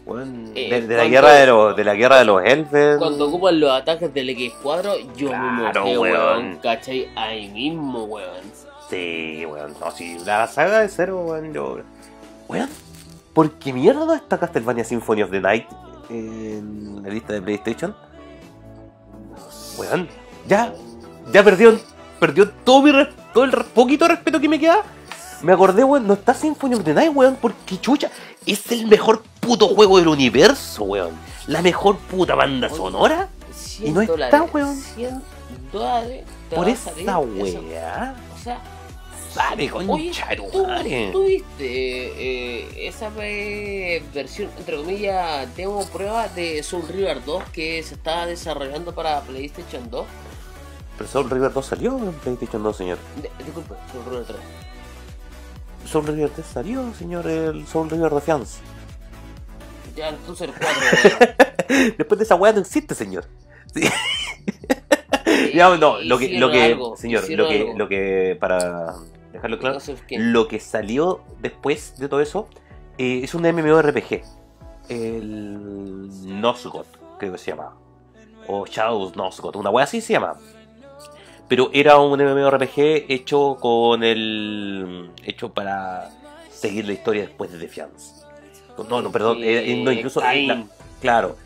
S1: weón,
S2: Eh,
S1: de, de la
S2: cuando-
S1: guerra de los, de la guerra de los elfes.
S2: Cuando ocupan los ataques del X4, yo me
S1: Claro,
S2: enojé,
S1: weón.
S2: weón. ¿Cachai? Ahí mismo, weón.
S1: Sí, weón. No, sí, la saga de cero, weón. Yo... Weón, ¿por qué mierda está Castlevania Symphony of the Night en la lista de PlayStation? Weón, ya, ya perdió, perdió todo, mi res- todo el re- poquito de respeto que me queda. Me acordé, weón, no está Symphony of the Night, weón, porque chucha, es el mejor puto juego del universo, weón. La mejor puta banda
S2: Oye,
S1: sonora.
S2: 100
S1: Y no está,
S2: dólares,
S1: weón.
S2: 100 dólares. te
S1: Por
S2: va a salir
S1: esa
S2: eso.
S1: weá.
S2: O sea,
S1: Sale,
S2: Oye,
S1: concha, de
S2: ¿Tú,
S1: madre.
S2: tú viste eh, esa eh, versión, entre comillas, demo prueba de Soul River 2 que se está desarrollando para PlayStation 2?
S1: Pero Soul River 2 salió en PlayStation 2, señor.
S2: De- disculpe, Soul River 3.
S1: Soul River 3 salió, señor, el Soul River Defiance.
S2: Ya, entonces el 4.
S1: Después de esa weá no existe, señor.
S2: Eh,
S1: Ya, no, lo que, lo que, señor, lo que, lo que, para dejarlo claro, lo que salió después de todo eso eh, es un MMORPG. El Nosgoth, creo que se llama. O Shadows Nosgoth, una wea así se llama. Pero era un MMORPG hecho con el. hecho para seguir la historia después de Defiance. No, no, perdón, eh, eh, no, incluso. la- Claro.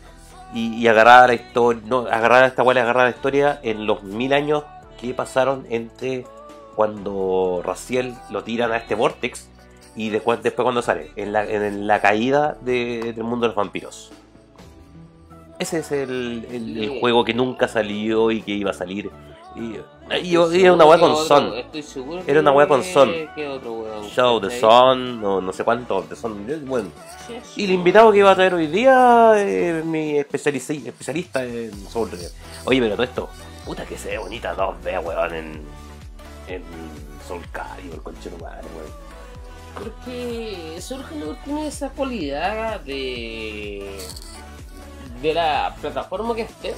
S1: Y, y agarrar la historia. No, agarrar a esta hueá, agarrar la historia en los mil años que pasaron entre cuando Raciel lo tiran a este vortex y después, después cuando sale, en la, en la caída de- del mundo de los vampiros. Ese es el, el- el
S2: Sí.
S1: juego que nunca salió y que iba a salir. Y, y- y era una hueá con Son. Era una weá con Son. Show the Sun, o no sé cuánto, The Sun. Bueno, y el invitado que iba a traer hoy día es mi especialici- especialista en Soul River. Oye, pero todo esto, puta que se ve bonita 2D, weón, en, en Soul Calibur, conchero madre, weón.
S2: Porque Surge no tiene esa cualidad de. de la plataforma que esté,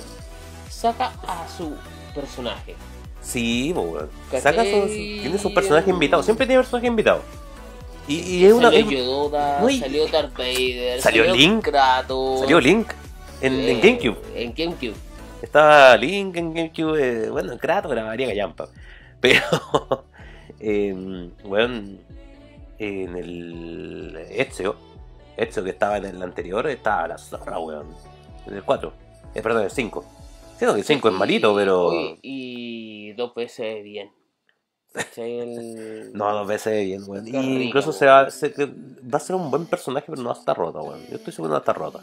S2: saca a su personaje.
S1: Sí, po, weón.
S2: ¿Cachai?
S1: Saca sus- tiene sus personajes invitados, siempre tiene personajes invitados. Y, y es una.
S2: salió
S1: es-
S2: Yoda,
S1: no, y-
S2: salió Darth Vader,
S1: salió Link,
S2: Kratos,
S1: salió Link en, en
S2: eh,
S1: GameCube.
S2: En GameCube.
S1: Estaba Link en GameCube, eh, bueno, Kratos era María Gallampa. Pero, eh, weón, en el Ezio, Ezio que estaba en el anterior, estaba la zorra, weón. En el 4, eh, perdón, en el 5. Siento que el 5 es malito,
S2: Y-
S1: pero
S2: oye, Y dos veces bien. ¿Cachai? El-
S1: no, dos veces bien, weón.
S2: Está
S1: Y
S2: rica,
S1: incluso se va, se- que va a ser un buen personaje, pero no va a estar rota, weón. Yo
S2: Mm,
S1: estoy seguro que no va a estar rota.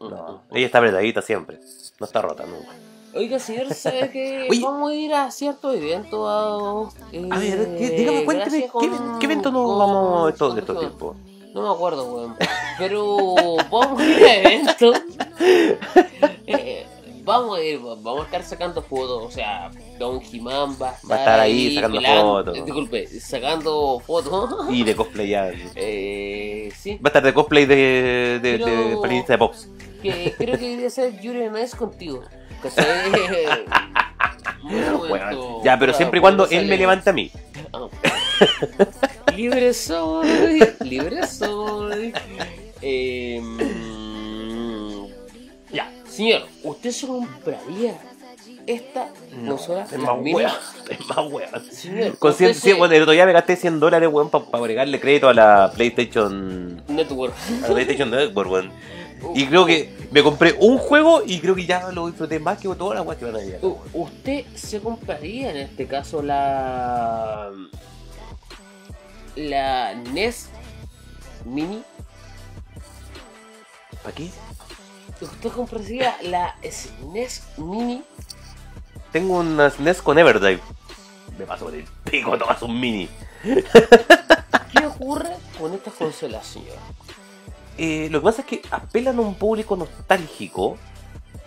S1: No, ella está apretadita siempre, no está rota nunca.
S2: Oiga, señor, ¿sabe que
S1: Oye.
S2: vamos a ir a cierto evento? A, eh,
S1: A ver, ¿qué- dígame, cuénteme,
S2: gracias
S1: ¿qué,
S2: con-
S1: qué evento nos
S2: con-
S1: vamos estos,
S2: con-
S1: estos
S2: con-
S1: tiempos?
S2: No me acuerdo, weón. Pero vamos a ir a evento. Eh, vamos a ir, weón, vamos a estar sacando fotos. O sea, Don Jimán va a estar,
S1: estar ahí sacando fotos.
S2: eh, Disculpe, sacando fotos.
S1: Y de cosplayar. Va
S2: Eh, sí,
S1: a estar de cosplay de, de, de
S2: Pero-
S1: panelista de Pops.
S2: que creo que debería ser Yuri on Ice contigo. ¿Cachai? Muy
S1: Bueno,
S2: momento,
S1: ya, pero
S2: weón,
S1: siempre y cuando
S2: sale-
S1: él me levante a mí.
S2: Ah. libre soy, libre soy. Eh, mm, ya, señor, ¿usted se compraría esta consola?
S1: es
S2: la
S1: más
S2: mini?
S1: weón. Es más weón.
S2: Señor,
S1: Con 100,
S2: usted se-
S1: bueno, el otro día me gasté 100 dólares, weón, para agregarle crédito a la PlayStation.
S2: Network.
S1: A la PlayStation Network, weón. Y creo que me compré un juego y creo que ya lo disfruté más que todas las weas que van a llegar.
S2: U- ¿Usted se compraría en este caso la. la NES Mini?
S1: ¿Para qué?
S2: ¿Usted compraría la SNES Mini?
S1: Tengo una SNES con Everdrive. Me paso por el pico, tomas un mini.
S2: ¿Qué ocurre con estas consolas, señor?
S1: Eh, lo que pasa es que apelan a un público nostálgico,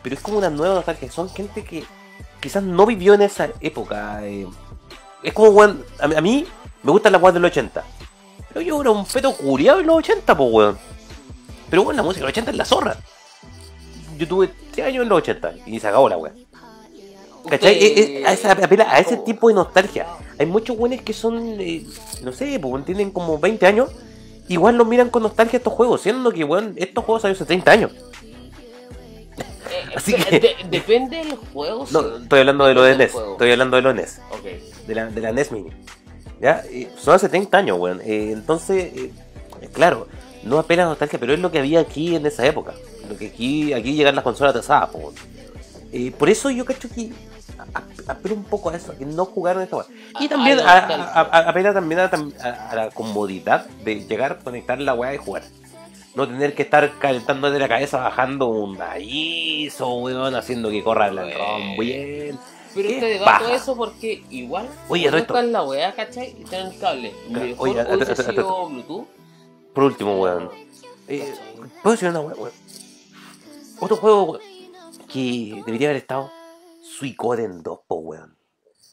S1: pero es como una nueva nostalgia. Son gente que quizás no vivió en esa época. eh. Es como, weón, a, a mí me gustan las weas del 80. Pero yo era un feto curiado en los 80, po, weón. Pero bueno, la música de los 80 es la zorra. Yo tuve 3 años en los 80 y se acabó la wea. ¿Cachai?
S2: Usted-
S1: Eh, eh, a esa- apela a ese
S2: Oh.
S1: tipo de nostalgia. Hay muchos güeyes que son, eh, no sé, pues, tienen como 20 años. Igual los miran con nostalgia estos juegos, siendo que, weón, estos juegos salieron hace 30 años.
S2: Eh,
S1: Así
S2: espera,
S1: que-
S2: de- depende del juego.
S1: No,
S2: señor.
S1: estoy hablando de lo de
S2: Depende del
S1: NES.
S2: juego.
S1: Estoy hablando de E lo NES.
S2: Ok.
S1: De la, de la NES Mini. ¿Ya? Eh, son hace 30 años, weón. Eh, entonces, eh, claro, no apelan a nostalgia, pero es lo que había aquí en esa época. Lo que aquí, aquí llegan las consolas atrasadas, po, weón. Eh, por eso yo cacho que a- a- apelo un poco a eso, a que no jugaron esta weá. Y
S2: A-
S1: también
S2: a
S1: a,
S2: la
S1: a- a- apela también a, tam- a- a la comodidad de llegar, conectar la weá y jugar. No tener que estar calentando de la cabeza, bajando un ISO, weón, haciendo que corra el
S2: Weón.
S1: ROM bien.
S2: Pero
S1: Qué
S2: usted debato
S1: paja.
S2: eso porque igual.
S1: Oye,
S2: cuando
S1: Ernesto.
S2: está en la weá, ¿cachai? Y está en el cable. Mejor
S1: oye,
S2: hubiese
S1: espera, espera, espera.
S2: sido Bluetooth.
S1: Por último, weón. Eh, ¿Puedo decir una weá, weón? Otro juego, weón, que debería haber estado Suicoden 2, po, weón.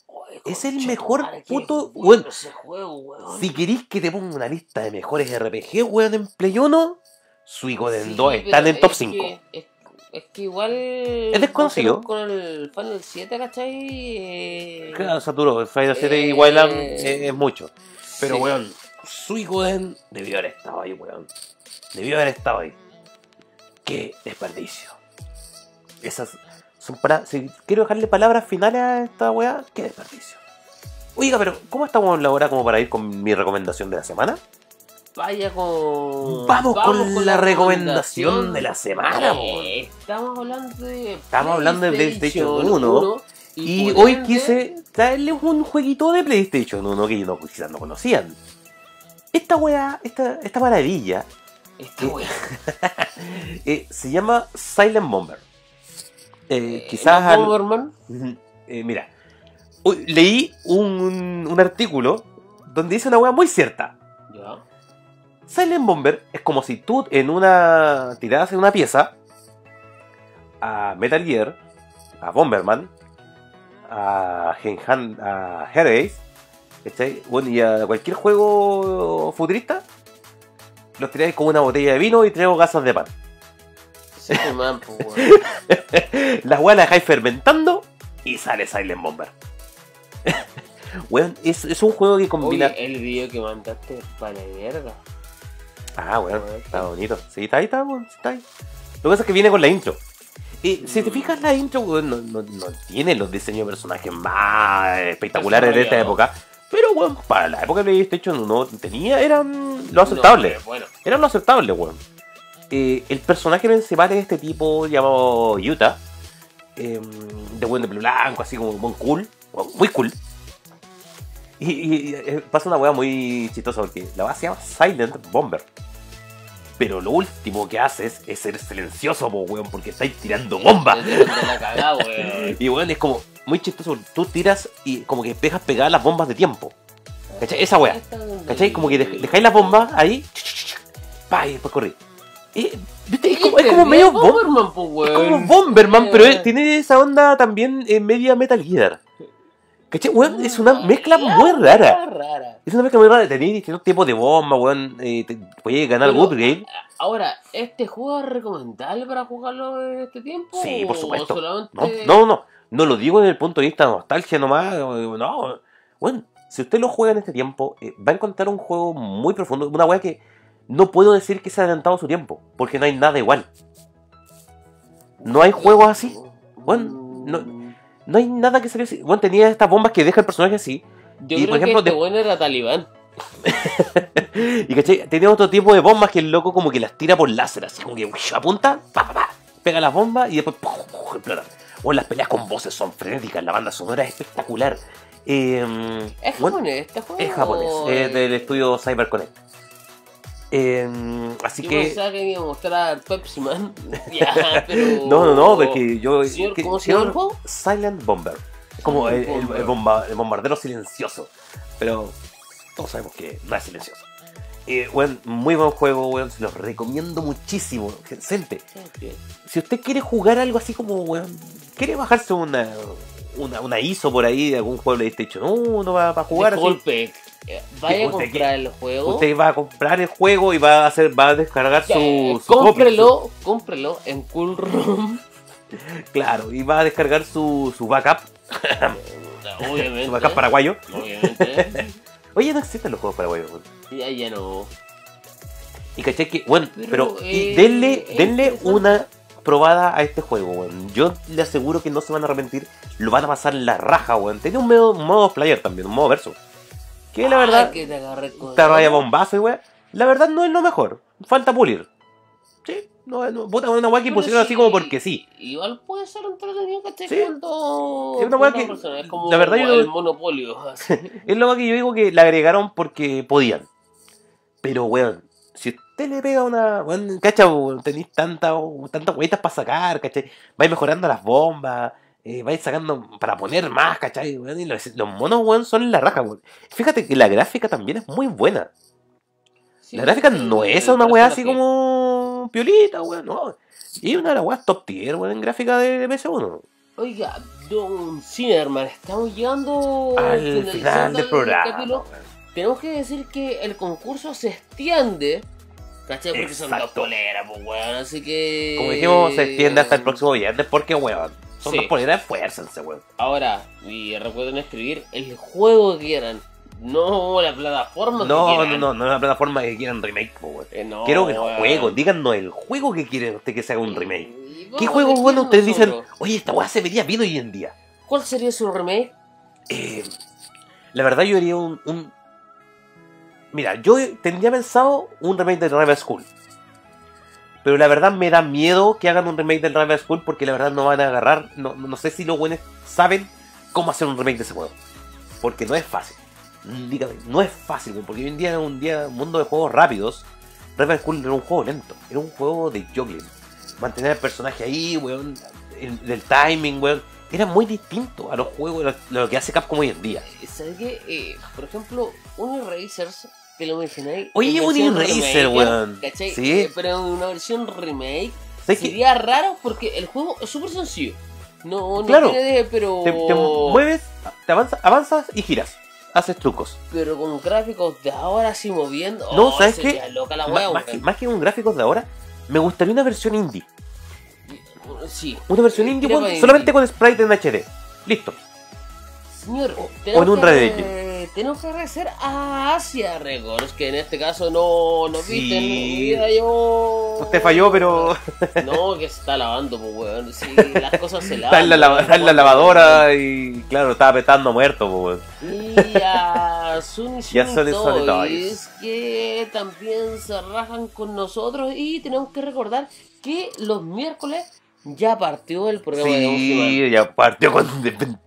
S2: Oye,
S1: Es el
S2: conchetumare,
S1: mejor
S2: qué
S1: puto-
S2: bueno
S1: weón.
S2: ese juego, weón.
S1: Si queréis que te ponga una lista de mejores RPG, weón, en Play 1, Suicoden
S2: Sí,
S1: 2
S2: pero
S1: están en
S2: es
S1: top
S2: que-
S1: 5.
S2: es, es que igual.
S1: Es desconocido.
S2: Con el Final 7, ¿cachai? Eh,
S1: Claro, Saturo, Final 7 y
S2: Eh,
S1: Wildland es mucho. Pero,
S2: sí.
S1: weón, Suicoden debió haber estado ahí, weón. Debió haber estado ahí. Qué desperdicio. Esas son para. Si quiero dejarle palabras finales a esta weá, qué desperdicio. Oiga, pero ¿cómo estamos en la hora como para ir con mi recomendación de la semana?
S2: Vaya con.
S1: Vamos, con, la recomendación de la semana,
S2: Eh,
S1: weón.
S2: Estamos hablando de.
S1: Estamos hablando de PlayStation 1, Y
S2: por
S1: hoy
S2: ende,
S1: quise traerles un jueguito de PlayStation 1 que no, quizás no conocían. Esta weá, esta, esta maravilla,
S2: Esta wea.
S1: eh, se llama Silent Bomber. Eh,
S2: Eh,
S1: quizás
S2: ¿no,
S1: al-
S2: Bomberman?
S1: Ujú. Eh, mira, hoy leí un, un artículo donde dice una weá muy cierta.
S2: Ya.
S1: Silent Bomber es como si tú en una tiradas en una pieza a Metal Gear, a Bomberman, a Genhan, a Hellbase, ¿cachai? Bueno, y a cualquier juego futurista, los tiráis con una botella de vino y tres gasas de pan.
S2: Sí, qué man, po, weón.
S1: Las weas las dejáis fermentando y sale Silent Bomber. Weón, es, es un juego que combina.
S2: Oye, el video que mandaste vale verga. eh,
S1: Ah, bueno, está bonito. Sí, está ahí, está, bueno, sí, está ahí. Lo que pasa es que viene con la intro. Y si
S2: Mm.
S1: te fijas, la intro weón, no, no- no tiene los diseños de personajes más espectaculares de esta época. Pero, weón, para la época que PlayStation no tenía, eran lo aceptable.
S2: No, bueno,
S1: Eran lo aceptable, weón. Eh, el personaje principal es este tipo llamado Utah. eh, de buen de pelo blanco, así como muy cool. weón, Muy cool. Y, y- y, eh, pasa una weá muy chistosa porque la base se llama Silent Bomber. Pero lo último que haces es ser silencioso, po, weón, porque estáis tirando bombas.
S2: Te tiran de la cagada, weón.
S1: Y weón, es como muy chistoso. porque Tú tiras y como que dejas pegadas las bombas de tiempo. ¿Cachai? Esa weá. ¿Cachai? Como que dej- dejáis las bombas ahí. ch, ch, ch, Pa, y después corrí. Y, ¿viste? Es como, es como medio bomba.
S2: Bomberman, po,
S1: Es
S2: weón.
S1: como Bomberman, pero
S2: Eh.
S1: es- tiene esa onda también eh, media Metal Gear. ¿Cachai? Weón, es
S2: Ah,
S1: una mezcla muy rara.
S2: rara.
S1: Es una mezcla muy rara. Tenéis distintos tipos de bomba, weón. Eh, te- podéis ganar
S2: Pero-
S1: Good Game.
S2: Ahora, ¿este juego es recomendable para jugarlo en este tiempo?
S1: Sí, por
S2: ¿O
S1: supuesto. No,
S2: solamente-
S1: no, no. No lo digo desde el punto de vista de nostalgia nomás. eh, No. Bueno, si usted lo juega en este tiempo, eh, va a encontrar un juego muy profundo. Una weá que no puedo decir que se ha adelantado a su tiempo. Porque no hay nada igual. No hay juegos así. Bueno,
S2: Mm,
S1: no- No hay nada que salió así. Bueno, tenía estas bombas que deja el personaje así. Y,
S2: Yo creo
S1: por ejemplo,
S2: que este
S1: de-
S2: bueno era talibán.
S1: Y cachai, tenía otro tipo de bombas que el loco como que las tira por láser. Así como que uish, apunta, pa, pa, pa, pega las bombas y después puf, puf, explota. Bueno, las peleas con voces son frenéticas. La banda sonora es espectacular. Eh,
S2: ¿Es
S1: bueno,
S2: japonés este juego?
S1: Es japonés,
S2: ¿O
S1: eh,
S2: es-
S1: del estudio CyberConnect. Eh, así
S2: Yo
S1: que.
S2: pensaba que me iba a mostrar Pepsi Man. ya, pero...
S1: No, no, no, porque yo.
S2: Señor,
S1: que-
S2: ¿cómo se llama el juego?
S1: Silent Bomber. Como el,
S2: Silent
S1: el-
S2: Bomber.
S1: el bomba- el bombardero silencioso. Pero todos sabemos que no es silencioso. Eh, weón, muy buen juego, weón, se los recomiendo muchísimo. Gente, si usted quiere jugar algo así como, weón, quiere bajarse una, una, una ISO por ahí de algún juego de PlayStation 1 para, para jugar así.
S2: Disculpe, eh,
S1: Sí,
S2: Vaya a
S1: usted
S2: comprar el juego.
S1: Usted va a comprar el juego y va a hacer, va a descargar
S2: Ya, eh,
S1: su, su copia,
S2: cómprelo, cómprelo en Cool Room.
S1: su- claro, y va a descargar su, su backup, su
S2: Obviamente.
S1: backup paraguayo.
S2: Obviamente.
S1: Oye, no existen los juegos paraguayos. weón.
S2: ya, ya no.
S1: Y caché que, bueno,
S2: Pero,
S1: pero, y
S2: eh,
S1: denle,
S2: es
S1: denle
S2: interesante.
S1: una probada a este juego, weón. Yo le aseguro que no se van a arrepentir, lo van a pasar la raja, weón. Tiene un modo, un modo player también, un modo verso. Que la
S2: Ay,
S1: verdad,
S2: que te agarré con-
S1: esta raya bombazo y weón. La verdad no es lo mejor, falta pulir. Sí, no, es- no, puta, una weá que
S2: Pero
S1: pusieron así
S2: sí,
S1: como porque sí.
S2: Igual puede ser entretenido que esté
S1: Sí.
S2: jugando
S1: Es una
S2: con
S1: weá
S2: otra
S1: que-
S2: persona, Es como
S1: la verdad yo-
S2: el monopolio. así.
S1: Es lo que yo digo que la agregaron porque podían. Pero, weón, si usted le pega una. Weón, cacha, weón, tenéis tanta- tantas huevitas para sacar, cachai. Vais mejorando las bombas, eh, vais sacando para poner más, cachai. weón, y los, los monos, weón, son la raja, weón. Fíjate que la gráfica también es muy buena.
S2: Sí,
S1: la gráfica
S2: sí,
S1: no
S2: sí,
S1: es
S2: el
S1: una weá así
S2: personaje.
S1: como. piolita, weón, no. Y una de las weas top tier, weón, en gráfica de PS1.
S2: Oiga, Don Cinerman, estamos llegando
S1: Al
S2: finalizando
S1: final del
S2: el
S1: programa.
S2: capítulo.
S1: weón.
S2: Tenemos que decir que el concurso se extiende. ¿Cachai? Porque son dos
S1: Exacto.
S2: poleras, pues, weón. Así que.
S1: Como dijimos, se extiende hasta el próximo viernes porque, weón, son
S2: Eh, Sí.
S1: dos poleras, esfuércense, weón.
S2: Ahora, y recuerden escribir el juego que quieran. No la plataforma
S1: No,
S2: que
S1: no,
S2: quieran.
S1: no, no es una plataforma que quieran remake, po, weón.
S2: Eh, no,
S1: Quiero el
S2: weón.
S1: juego, díganos el juego que quieren usted que se haga un remake.
S2: Y
S1: ¿Qué
S2: vamos
S1: juego
S2: a
S1: bueno ustedes
S2: elegir
S1: dicen,
S2: nosotros.
S1: oye, esta weá se vería bien hoy en día?
S2: ¿Cuál sería su remake?
S1: Eh, la verdad, yo haría un, un- Mira, yo tendría pensado un remake del Rival School. Pero la verdad me da miedo que hagan un remake del Rival School porque la verdad no van a agarrar. No, no sé si los buenos saben cómo hacer un remake de ese juego. Porque no es fácil. Dígame, no es fácil, güey, porque hoy en día en un día un mundo de juegos rápidos, Rival School era un juego lento, era un juego de juggling. Mantener al personaje ahí, weón, el, del timing, weón, era muy distinto a los juegos, lo, lo que hace Capcom hoy en día.
S2: ¿Sabes qué? Eh, por ejemplo, un Erasers, que lo mencioné.
S1: Oye,
S2: en
S1: un
S2: versión
S1: Eraser,
S2: remake, ¿eh?
S1: weón.
S2: ¿Cachai?
S1: Sí.
S2: Eh, pero en una versión remake
S1: ¿Sabes qué?
S2: sería raro porque el juego es súper sencillo. No, no
S1: Claro.
S2: tiene de- pero.
S1: Te, te mueves, te avanzas, avanzas y giras, haces trucos.
S2: Pero con gráficos de ahora sí moviendo.
S1: No,
S2: oh,
S1: ¿sabes
S2: sería
S1: qué?
S2: loca la
S1: Ma-
S2: wea,
S1: más, que,
S2: weón.
S1: más que un gráfico de ahora, me gustaría una versión indie.
S2: Sí.
S1: Una versión
S2: Eh,
S1: indie,
S2: creo
S1: weón,
S2: que-
S1: solamente con sprite en HD. Listo.
S2: Señor,
S1: o
S2: tenemos
S1: en un
S2: que-
S1: redeque.
S2: Tenemos que agradecer a Asia Records, que en este caso no nos
S1: Sí.
S2: viste. no, mira, yo-
S1: Usted falló, pero
S2: No, que se está lavando, pues, weón. Sí, las cosas se lavan.
S1: está en la, lava-
S2: weón.
S1: está en la lavadora y claro, estaba petando muerto, po, weón.
S2: Y a Sun
S1: Y a Sony Sony
S2: Toys, que también se rajan con nosotros. Y tenemos que recordar que los miércoles ya partió el programa de Don Gimán.
S1: Sí, ya partió con,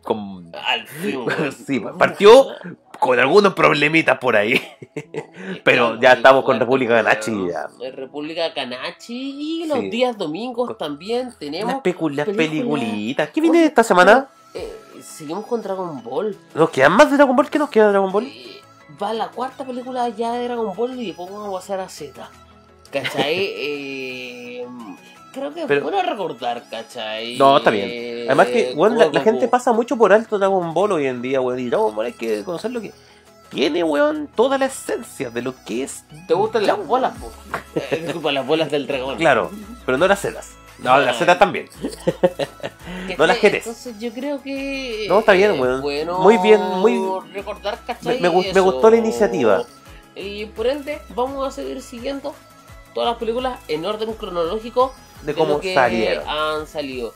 S1: con-
S2: Al fin. Ah, weón.
S1: sí, partió con algunos problemitas por ahí. Pero ya estamos con República Ganachi ya.
S2: eh, República Canachi y los
S1: Sí.
S2: días domingos
S1: Con-
S2: también tenemos.
S1: Las, pecu- las
S2: películas.
S1: peliculitas. ¿Qué viene esta semana?
S2: Eh, seguimos con Dragon Ball.
S1: ¿Nos quedan más de Dragon Ball? ¿Qué nos queda de Dragon Ball?
S2: Eh, va la cuarta película ya de Dragon Ball y después vamos a pasar a Z. ¿Cachai? Eh, creo que
S1: Pero-
S2: es bueno recordar, ¿cachai?
S1: No, está bien. Además que,
S2: Eh,
S1: weón, la,
S2: Goku,
S1: la gente
S2: Goku.
S1: pasa mucho por alto Dragon Ball hoy en día, weón. Y Dragon Ball hay que conocer lo que... Tiene, weón, toda la esencia de lo que es...
S2: ¿Te gustan las
S1: Dragon
S2: bolas, po? Eh, disculpa, las bolas del dragón.
S1: Claro, pero no las setas. No, las setas también.
S2: ¿Cachai?
S1: no las jetes.
S2: Entonces yo creo que...
S1: No, está bien,
S2: eh,
S1: weón.
S2: bueno
S1: Muy bien, muy-
S2: recordar, ¿cachai?
S1: Me- me gu- me
S2: Eso.
S1: gustó la iniciativa.
S2: Y por ende, vamos a seguir siguiendo todas las películas en orden cronológico
S1: De cómo
S2: lo que
S1: salieron.
S2: han salido.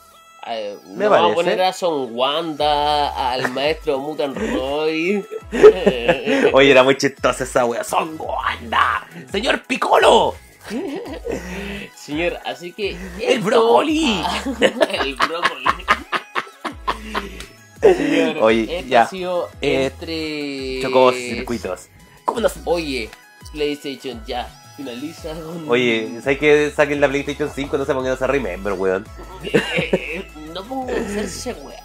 S2: Eh,
S1: Me
S2: no vamos
S1: parece.
S2: a poner a Son Wanda, al maestro Mutant Roy. Eh,
S1: Oye, era muy chistosa esa wea. Son Wanda, señor Piccolo,
S2: Señor, así que.
S1: el
S2: esto-
S1: brócoli.
S2: el brócoli. Señor,
S1: Oye,
S2: esto
S1: ya.
S2: ha sido
S1: Eh, este
S2: entre.
S1: Chocó circuitos. ¿Cómo nos-
S2: Oye, PlayStation ya finaliza con.
S1: Oye, ¿sabes que saquen la PlayStation 5? No se pongan a hacer remember, weón.
S2: Eh, no pongo a hacerse weá.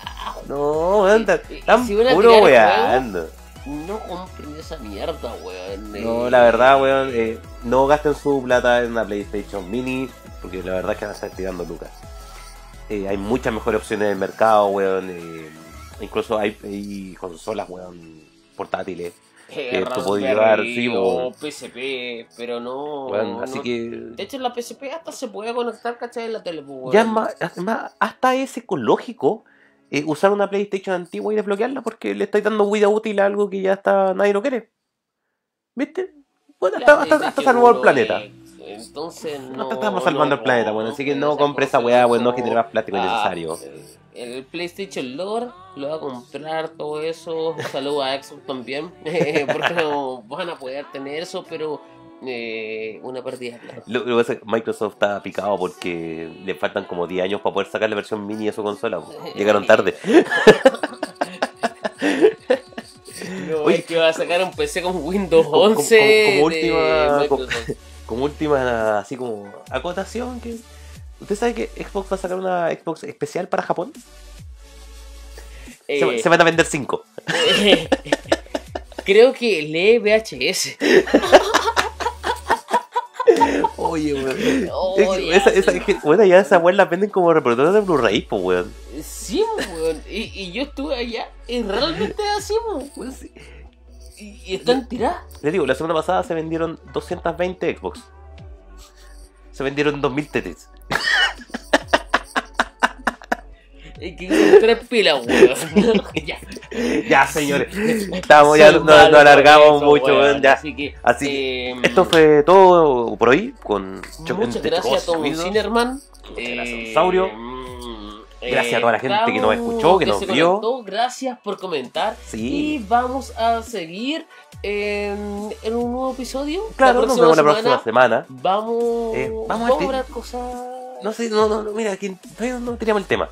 S1: No, weón, tan,
S2: Y- y
S1: tan
S2: si van a
S1: puro
S2: tirar
S1: weando.
S2: No compren esa mierda, weón. eh.
S1: No, la verdad, weón, eh, no gasten su plata en una PlayStation Mini, porque la verdad es que van a estar tirando lucas. Eh, hay muchas mejores opciones en el mercado, weón. eh, incluso hay, hay consolas, weón, portátiles.
S2: Eh,
S1: que tú podías llevar,
S2: Raspberry
S1: sí,
S2: o PSP, pero no.
S1: Weón, así
S2: no-
S1: que
S2: De hecho, la PSP hasta se puede conectar, ¿cachai? En la tele, pues, weón.
S1: Ya es más, es más, hasta es ecológico eh, usar una PlayStation antigua y desbloquearla porque le estáis dando vida útil a algo que ya está nadie lo quiere. ¿Viste? Bueno,
S2: La
S1: hasta, hasta, hasta
S2: PlayStation
S1: salvamos el
S2: uno,
S1: planeta.
S2: eh, Entonces, no.
S1: Hasta estamos salvando
S2: no
S1: el planeta, bueno, así que
S2: compren
S1: no compre esa
S2: cosa,
S1: weá,
S2: eso.
S1: weón, no genere más plástico
S2: Ah,
S1: innecesario.
S2: eh, El PlayStation Lore lo va a comprar todo eso. Saludos a Xbox también. eh, Porque no van a poder tener eso, pero eh, una pérdida de plata.
S1: Lo, lo que pasa es que Microsoft está picado porque le faltan como 10 años para poder sacar la versión mini de su consola. po. Llegaron tarde.
S2: No,
S1: Oye.
S2: es que va a sacar un PC con Windows
S1: Como- como-
S2: 11.
S1: como- como
S2: de
S1: última- como-
S2: Microsoft.
S1: Como última, así como acotación, que ¿usted sabe que Xbox va a sacar una Xbox especial para Japón? Se,
S2: Eh,
S1: se van a vender 5.
S2: Creo que lee VHS.
S1: Oye, weón.
S2: Oh,
S1: Es-
S2: ya,
S1: esa, esa,
S2: sí.
S1: es que, bueno, ya esas weas las venden como reproductoras de Blu-ray, pues weón.
S2: Sí, weón. Y, y yo estuve allá y realmente es así, weón.
S1: Weón, sí.
S2: Y, y están tiradas.
S1: Les digo, la semana pasada se vendieron 220 Xbox. Se vendieron 2000 Tetris.
S2: Y que con tres pilas, weón. ya.
S1: Ya, Ah, señores. Estamos, ya
S2: Soy
S1: nos
S2: malo con
S1: alargamos
S2: eso,
S1: mucho, weón. Ya.
S2: Así que.
S1: Así que
S2: eh,
S1: Esto fue todo por hoy con Cho-
S2: Muchas
S1: entre
S2: gracias a Eh,
S1: Chocos
S2: Tom
S1: Ruidos.
S2: Cinerman.
S1: gracias, Saurio.
S2: mm,
S1: Gracias a toda la gente que nos escuchó, que nos
S2: eh, se
S1: vio.
S2: conectó. Gracias por comentar. Y
S1: Sí.
S2: vamos a seguir en, en un nuevo episodio.
S1: Claro, nos vemos la próxima
S2: semana.
S1: semana.
S2: Vamos,
S1: Eh, vamos a
S2: vamos a
S1: este-
S2: hablar cosas.
S1: No sé, no, no, no, mira, que todavía no teníamos el tema.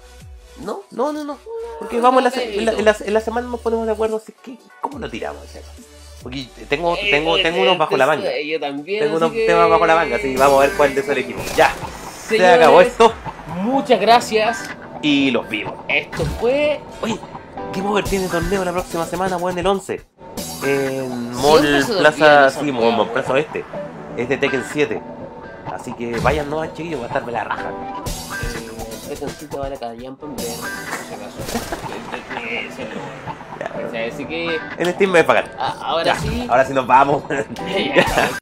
S2: ¿No?
S1: No, no, no. Porque vamos, en la, se- en la-
S2: Perfecto.
S1: en la- en la semana nos ponemos de acuerdo. Así que, ¿Cómo lo tiramos? el tema? Porque tengo,
S2: Eh,
S1: tengo,
S2: eh,
S1: tengo unos bajo la manga.
S2: eh, Yo también.
S1: Tengo
S2: así
S1: unos
S2: que-
S1: temas bajo la manga, así que vamos a ver cuál de esos elegimos. Ya, se
S2: Señores,
S1: acabó esto
S2: Muchas gracias.
S1: y los vimos.
S2: Esto fue.
S1: Oye, ¿qué mover tiene torneo la próxima semana, weón? El 11. En
S2: Siempre
S1: Mall
S2: se olvidan
S1: Plaza,
S2: esas
S1: sí,
S2: weas,
S1: Mall Mall Plaza Oeste. Es de Tekken 7. Así que vayan, no van chiquillos, va a estarme la raja.
S2: El pezoncito va a la callampa en verde, por si acaso. Eh, eh, eh,
S1: Ya,
S2: Así que.
S1: En Steam me voy a pagar.
S2: a- ahora
S1: Ya,
S2: sí.
S1: ahora sí nos vamos.
S2: Ya, ya,